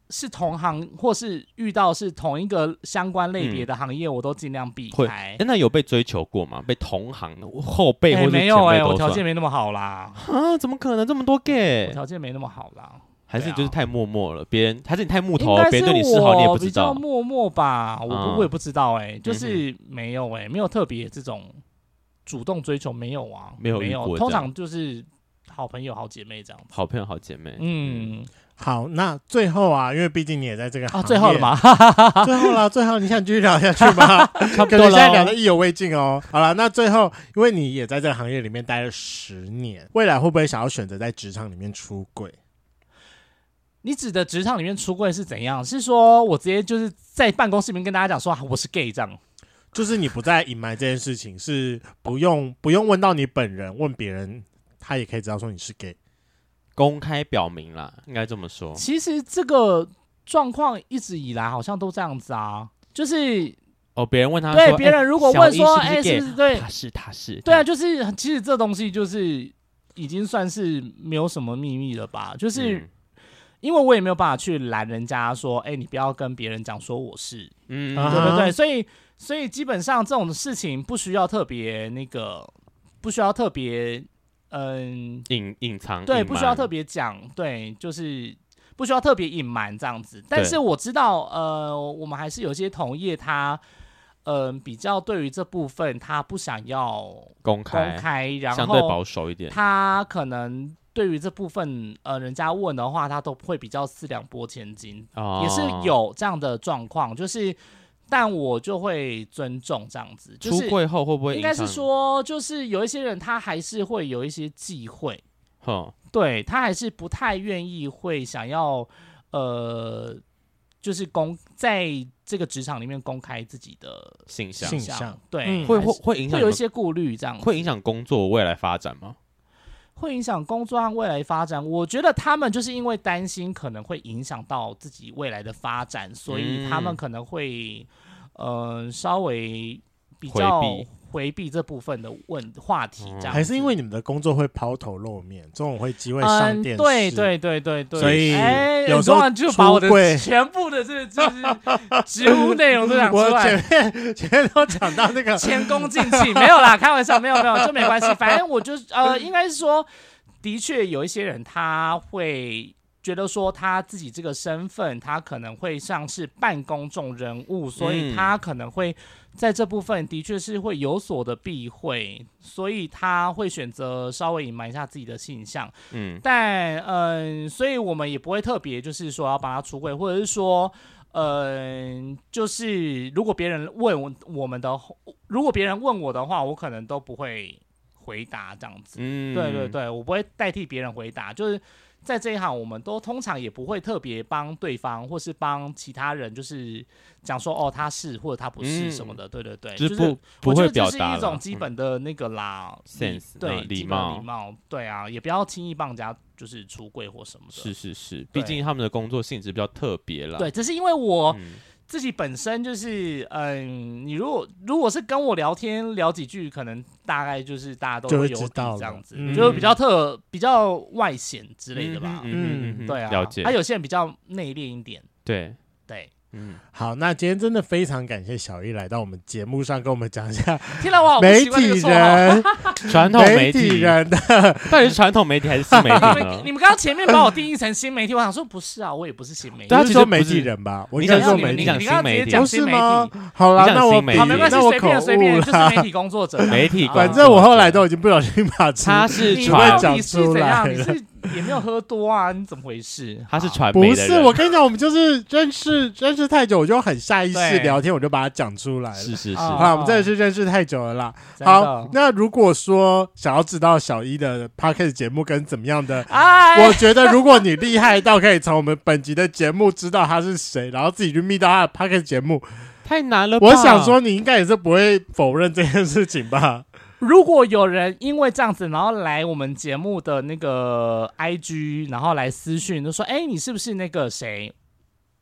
D: 是同行或是遇到是同一个相关类别的行业，我都尽量避
C: 嗯会
D: 开
C: 哎。那有被追求过吗？被同行的后辈或者
D: 没有
C: 哎、
D: 我条件没那么好啦，
C: 啊，怎么可能这么多
D: 我
C: gay？
D: 条件没那么好啦。
C: 还是你
D: 对啊
C: 就是太默默了，别人还是你太木
D: 应
C: 头了，
D: 该是
C: 别人对你示好你也
D: 我
C: 不
D: 比
C: 知道。
D: 较默默吧，我
C: 嗯
D: 不我也不知道哎、就是没有哎、没有特别这种主动追求，没有啊，
C: 没有遇
D: 没
C: 过
D: 有，
C: 这
D: 通
C: 样哎
D: 常就是好朋友、好姐妹这样子。
C: 好朋友、好姐妹，
D: 嗯，
B: 好，那最后啊，因为毕竟你也在这个行
D: 啊，
B: 业
D: 最后了？吗？
B: 最后了，最后你想继续聊下去吗？
D: 差不
B: 可
D: 多
B: 能现在
D: 了
B: 聊的。意犹未尽哦。好了，那最后，因为你也在这个行业里面待了十年，未来会不会想要选择在职场里面出轨？
D: 你指的职场里面出柜是怎样？是说我直接就是在办公室里面跟大家讲说啊我是 gay 这
C: 哦
D: 样？
B: 就是你不再隐瞒这件事情，是不用不用问到你本人，问别人他也可以知道说你是 gay。
C: 公开表明啦，应该这么说。
D: 其实这个状况一直以来好像都这样子啊，就是
C: 哦，别人问他说，
D: 对别人如果问说
C: 哎
D: 哎、
C: 小一
D: 是
C: 是不
D: 不
C: 是
D: 是对
C: gay？他是他是，
D: 对啊，，就是其实这东西就是已经算是没有什么秘密了吧？
C: 就
D: 就、
C: 是
D: 因为我也没有办法去拦人家说，哎、你不要跟别人讲说我是，
C: 嗯，
B: 啊
D: 对
B: 哈
D: 对对，所以所以基本上这种事情不需要特别那个，不需要特别，嗯，
C: 隐隐藏
D: 对，
C: 隐
D: 不需要
C: 瞒
D: 特别讲，对，就是不需要特别隐瞒这样子。但
C: 对
D: 是我知道，呃，我们还是有些同业他。嗯、比较对于这部分，他不想要
C: 公开，
D: 公开，然
C: 相
D: 后
C: 对保守一点。
D: 他可能对于这部分，呃，人家问的话，他都会比较四两拨千斤，
C: 哦
D: 也是有这样的状况，就是，但我就会尊重这样子，就
C: 出
D: 是
C: 柜后会不会
D: 应
C: 影
D: 该是
C: 响，
D: 说，就是有一些人他还是会有一些忌讳，
C: 哼，
D: 对他还是不太愿意会想要，呃，就是公在这个职场里面公开自己的
C: 性向
B: 性
D: 想
B: 向
D: 对，
B: 嗯
C: 会
D: 还
C: 会
D: 是
C: 会影响
D: 会
C: 你
D: 有一
C: 们
D: 些顾虑这样子，
C: 会影响工作未来发展吗？
D: 会影响工作和未来发展。我觉得他们就是因为担心可能会影响到自己未来的发展，所以他
C: 嗯
D: 们可能会，呃，稍微比较
C: 回避哦
D: 回避这部分的问话题，这样子、
B: 还是因为你们的工作会抛头露面，这种会机会上
D: 嗯，
B: 电视，
D: 对 对对对对，
B: 所以
D: 哎，
B: 有
D: 你
B: 时候
D: 突然就把我的
B: 出柜
D: 全部的这就是职务内容都讲 出
B: 我
D: 来
B: 前。面前面都讲到那个
D: 前功尽弃，没有啦，开玩笑，没有没有，这没关系。反正我就呃，应该是说，的确有一些人他会觉得说他自己这个身份，他可能会像是半公众人物，所以
C: 嗯
D: 他可能会在这部分的确是会有所的避讳，所以他会选择稍微隐瞒一下自己的性向。
C: 嗯，
D: 但嗯，所以我们也不会特别就是说要帮他出柜，或者是说，嗯，就是如果别人问我我们的，如果别人问我的话，我可能都不会回答这样子。
C: 嗯，
D: 对对，对，我不会代替别人回答，就是。在这一行，我们都通常也不会特别帮对方，或是帮其他人，就是讲说哦，他是或者他不是什么的。对对对，
C: 嗯就是
D: 是
C: 不不
D: 我觉
C: 会
D: 得
C: 表
D: 这是
C: 达
D: 一种
C: 啦
D: 基
C: 嗯
D: 本的那个啦
C: sense，
D: 对
C: 嗯
D: 基
C: 礼
D: 本的
C: 貌
D: 礼貌，对啊，也不要轻易帮人家就是出柜或什么的。
C: 嗯是是是，毕竟他们的工作性质比较特别啦。
D: 对，只是因为我
C: 嗯，
D: 自己本身就是，嗯，你如果如果是跟我聊天聊几句，可能大概就是大家都
B: 就
D: 会
B: 会
D: 有
B: 知
D: 底
B: 道
D: 这
B: 了
D: 样子，
B: 嗯
D: 就是比较特比较外显之类的吧。
C: 嗯哼嗯哼嗯哼
D: 对啊，
C: 了解
D: 他、。有些人比较内敛一点，
C: 对，
D: 对，
C: 嗯，
B: 好，那今天真的非常感谢小易来到我们节目上，跟我们讲一下
D: 天哦哪，我好不
B: 媒
D: 习惯这个
B: 体
D: 绰号啊
B: 人、
C: 传统媒
B: 媒体
C: 体，
B: 人的
C: 到底是传统媒体还是新媒体
D: 你
C: 呢
D: 们？你们刚刚前面把我定义成新媒体，我想说不是啊，我也不是新 媒体
C: 对。啊
B: 你是说
C: 其实不
B: 媒
C: 是
B: 体人吧？我
C: 你
B: 应
C: 想
B: 该
D: 没有
B: 说
D: 你
B: 媒
D: 们
B: 体
D: 你
C: 你想
D: 你
C: 新媒
D: 刚刚直接
C: 体
D: 讲
B: 不
D: 新
B: 是
D: 媒
B: 吗
D: 体，？
B: 好
C: 你
B: 啦，
C: 想
B: 那我
C: 新媒体
B: 比
D: 好，没关系，
B: 那我
D: 随
B: 口
D: 便随
B: 误
D: 便，就是
B: 了。
D: 媒体工作者。
C: 媒体工作
B: 反正我后来都已经不小心把词
C: 他 是
D: 你
B: 不会
C: 传
D: 到
B: 讲
D: 底是
B: 出
D: 怎
B: 来
D: 样？你
B: 了
D: 是也没有喝多啊？你怎么回事？
C: 他是
D: 好
C: 传媒
B: 不
C: 的
B: 是，
C: 人
B: 我跟你讲，我们就是认识认识太久，我就很下意识
D: 对
B: 聊天，我就把它讲出来
C: 是哦
B: 了。
C: 是是，
D: 啊
B: 啊，我们真的是认识太久了啦。
D: 真的
C: 哦
B: 好，那如果说想要知道小一的 podcast 节目跟怎么样的，
D: 哎
B: 我，觉得如果你厉害到可以从我们本集的节目知道他是谁，然后自己去密到他的 podcast 节目，
C: 太难了吧。
B: 我想说你应该也是不会否认这件事情吧？
D: 如果有人因为这样子，然后来我们节目的那个 IG，然后来私讯，就说：“哎，你是不是那个谁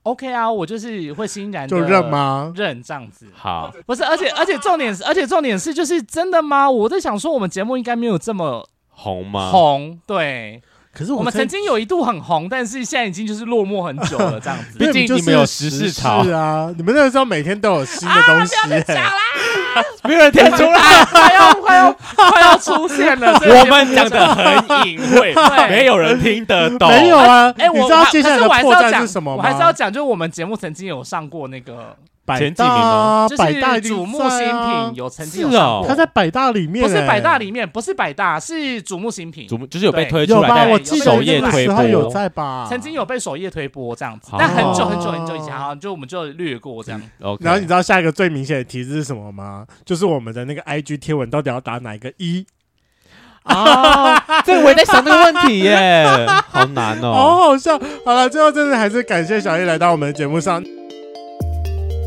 D: ？”OK 啊，我就是会欣然地
B: 就认？吗？
D: 认这样子。
C: 好，
D: 不是，而且而且重点是，而且重点是，就是真的吗？我在想说，我们节目应该没有这么
C: 红吗？
D: 红，对，
B: 可是
D: 我们
B: 真
D: 曾经有一度很红，但是现在已经就是落寞很久了，这样子。
C: 毕竟
B: 对就是
C: 你们有时事潮啊
B: 是啊，你们那个时候每天都有新的东 西、欸
D: 假啦，哎
C: 没有人听出来。
D: 快要快要快要出现了，这个
C: 我
D: 节目
C: 们讲的很隐晦，
D: 对
C: 没有人听得懂。
B: 没有啊，
D: 哎、我
B: 你知道
D: 我
B: 接下来的
D: 可是我还是
B: 破
D: 要
B: 绽
D: 讲
B: 是什么吗？
D: 我还是要讲，就是我们节目曾经有上过那个，
B: 百
C: 前几
B: 大
C: 名
B: 啊
C: 吗，
D: 就是
B: 百大一定
D: 瞩目
B: 在
D: 新
B: 啊
D: 品有曾经有
C: 是哦
D: 上过，
B: 他在百大里面、
D: 不是
B: 欸
D: 百大里面，不是百大，是瞩目新品，
C: 主就是有被推出
B: 有
C: 来，
B: 吧？
C: 但
B: 我
D: 对
B: 记得
C: 首页
B: 那个
C: 推
B: 时候
C: 播
B: 有在吧？
D: 曾经有被首页推播这样子，
C: 哦
D: 但很久很久很久以前，好像就我们就略过这样。
C: OK，
B: 然后你知道下一个最明显的提示是什么吗？就是我们的那个 IG 贴文到底要打哪一个一？
C: 啊，这个我也在想这个问题 耶，好难
B: 好
C: 哦。
B: 好笑！好了，最后真的还是感谢小叶来到我们的节目上。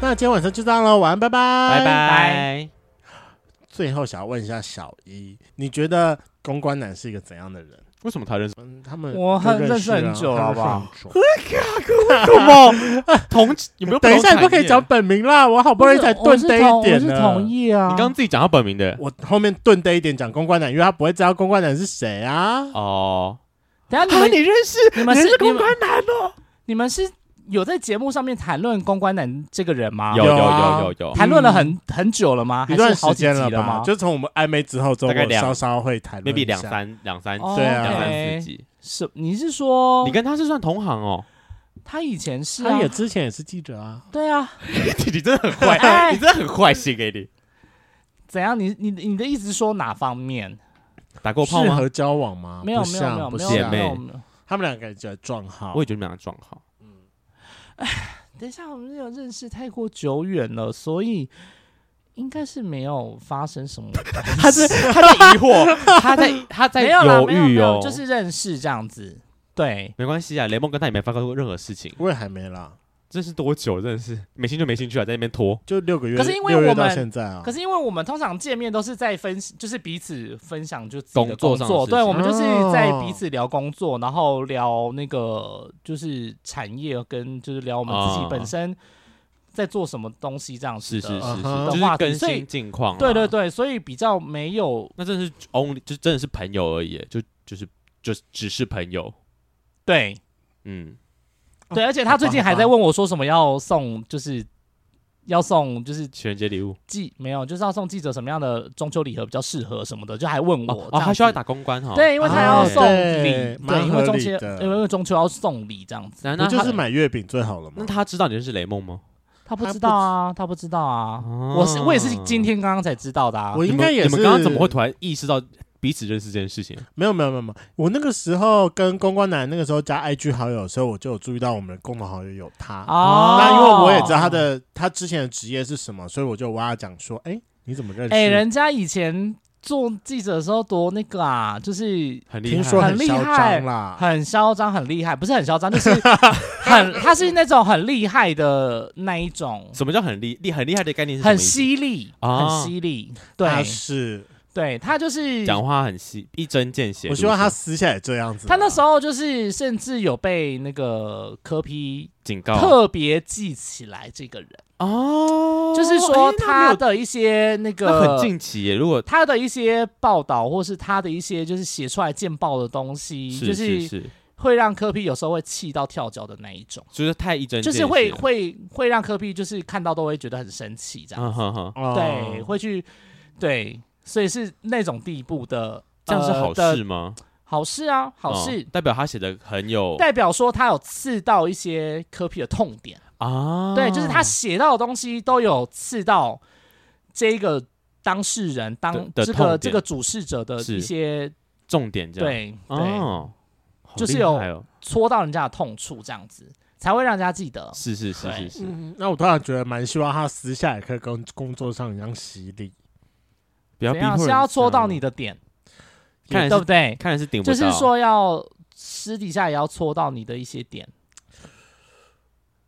B: 那今天晚上就这样喽，晚安，拜拜，
C: 拜。拜。
B: 最后想要问一下小一，你觉得公关男是一个怎样的人？
C: 为什么他认识？
B: 嗯，他们
D: 我
B: 就
D: 很
B: 认识
D: 认识很久了
B: 了
D: 吧？
B: 他们是很久
C: 什么同有没有
B: 等一下，
C: 同
B: 你不可
C: 产
B: 以
C: 业
B: 讲本名啦，我好不容易才
D: 我
B: 顿
D: 是
B: 呆一点
D: 我是
B: 呢。
D: 同意啊。
C: 你刚刚自己讲他本名的
B: 我后面顿呆一点讲公关男，因为他不会知道公关男是谁啊。
C: 哦。
D: 等一下你们
C: 认识
D: 你们是你们
C: 男哦？
D: 你们是有在节目上面谈论公关男这个人吗？
C: 有有
B: 有啊
C: 有有有，
D: 谈论了很很久了吗？
B: 一
D: 还
B: 段
D: 是
B: 时
D: 好几
B: 间
D: 集
B: 吧，
D: 吗？
B: 就从我们暧昧之后，之后
C: 大概
B: 我
C: 两
B: 稍稍会谈论
C: maybe
B: 一
C: 两
B: 下
C: 三两三
D: 哦
B: 对啊
C: 两三
D: OK 哦
C: 四集。
D: 是你是说
C: 你跟他是算同行哦，
D: 他以前是啊
B: 他也之前也是记者啊，
D: 对啊？
C: 你真的很
D: 哎
C: 坏，你真的很坏心给你。
D: 怎样？你你你的意思是说哪方面？
C: 打过炮
B: 适
C: 吗？
B: 合交往吗？
D: 没有
B: 啊不
D: 没有没有
B: 像，不
D: 没有
C: 姐
D: 没
B: 像，
C: 妹
D: 有没有。
B: 他们两个感觉撞号
C: 我也。觉得你们俩撞好。
D: 等一下，我们有认识太过久远了，所以应该是没有发生 什么关系。
C: 他是他在疑惑，他在他在
D: 没有啦，
C: 犹
D: 没有没
C: 豫
D: 有
C: 哦，，
D: 就是认识这样子。对，
C: 没关系啊，雷梦跟他也没发生过任何事情，
B: 我也还没啦，
C: 这是多久？真的是没兴趣就没兴趣啊，在那边拖。
B: 就六个月，
D: 可是因为
B: 六月
D: 我们
B: 到现在啊，
D: 可是因为我们通常见面都是在分，就是彼此分享就自己的
C: 工作上的事情
D: 对我们就是在
B: 哦
D: 彼此聊工作，然后聊那个就是产业跟就是聊我们自己
C: 啊
D: 本身在做什么东西这样
C: 是
D: 子
C: 是
D: 的。
C: 是是，
B: 嗯
C: 就
D: 话
C: 是
D: 题
C: 更
D: 所以
C: 新近况啊。
D: 对对对，所以比较没有
C: 那真的是 only 就真的是朋友而已耶，就就是就只是朋友。
D: 对
C: 嗯，
D: 对，而且 他最近还在问我说什么要送，就是要送就是
C: 情人节礼物
D: 记没有，就是要送记者什么样的中秋礼盒比较适合什么的，就还问我
C: 哦，
D: 这
C: 哦
D: 样
C: 他需要
D: 子
C: 打公关哈。
D: 对，因为他要
C: 哎
D: 送
B: 啊对
D: 礼，
B: 蛮
D: 对，因为
B: 合
D: 中
B: 理
D: 秋
B: 的，
D: 因为中秋要送礼这样子，
C: 那
B: 不
C: 那
B: 就
C: 他
B: 是买月饼最好了吗
C: 那？他知道你认识雷梦吗？
D: 他不
B: 他
D: 知
B: 不
D: 道啊，他不知道啊，
C: 哦
D: 我是我也是今天刚刚才知道的啊
B: 我，
C: 你
B: 应
C: 们
B: 该也
C: 你
B: 是
C: 们刚刚怎么会突然意识到彼此认识这件事情？啊
B: 没有没有没有没有，我那个时候跟公关男那个时候加 IG 好友的时候，我就有注意到我们的共同好友有他。
D: 哦
B: 啊那因为我也知道他的他之前的职业是什么，所以我就挖讲说，哎，你怎么认识？
D: 哎，人家以前做记者的时候多那个啊，就是
C: 很厉害。
B: 听说
D: 很厉
B: 嚣
D: 害
B: 张啦，
D: 很嚣张，很厉害，不是很嚣 张，就是很，他是那种很厉害的那一种，
C: 什么叫很厉厉很厉害的概念是什么
D: 很
C: 意思
D: 犀利，
C: 啊
D: 很犀利，
B: 他
D: 对，
B: 是，
D: 对他就是
C: 讲话很细，一针见血。
B: 我希望他
C: 是不
B: 私下也这样子啦。啊
D: 他那时候就是甚至有被那个科批
C: 是警告
D: 特别记起来这个人，
C: 哦
D: 就是说
C: 哎那没
D: 他
C: 有
D: 的一些那
C: 那
D: 个
C: 很近期耶，如果
D: 他的一些报道，或是他的一些就是写出来见报的东西，
C: 是
D: 嗯就是是
C: 是，
D: 会让科批有时候会气到跳脚的那一种，
C: 就是太一针
D: 就
C: 见血
D: 是
C: 了，
D: 会会会让科批就是看到都会觉得很生气这样，
C: 嗯哼哼，
B: 哦
D: 对，会去对，所以是那种地步的，
C: 这样是
D: 呃
C: 好
D: 的
C: 事吗？
D: 好事啊，好事。
C: 嗯代表他写的很有
D: 代表说他有刺到一些科批的痛点，
C: 啊，
D: 对，就是他写到的东西都有刺到这个当事人、当
C: 的的
D: 这
C: 痛
D: 个
C: 点
D: 这个主事者的
C: 是
D: 一些
C: 重点这样，
D: 对对
C: 哦，好
D: 就是
C: 厉
D: 有
C: 害哦
D: 戳到人家的痛处，这样子才会让人家记得。
C: 是是是是
D: 对
C: 是，
B: 嗯那我突然觉得蛮希望他私下也可以跟工作上一样犀利。
C: 不要
D: 怎
C: 逼
D: 样
C: 迫
D: 是
C: 人家
D: 要戳到你，的点，
C: 看来
D: 对不
C: 是
D: 对？
C: 看来是顶不
D: 就
C: 到，
D: 是说要私底下也要戳到你的一些点，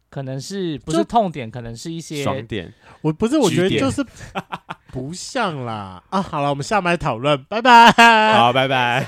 D: 可能是不是
B: 就
D: 痛点，可能是一些
C: 爽点，
B: 我不是，我觉得
C: 据点
B: 就是不像啦。啊，好了，我们下麦讨论，拜拜。
C: 好，拜拜。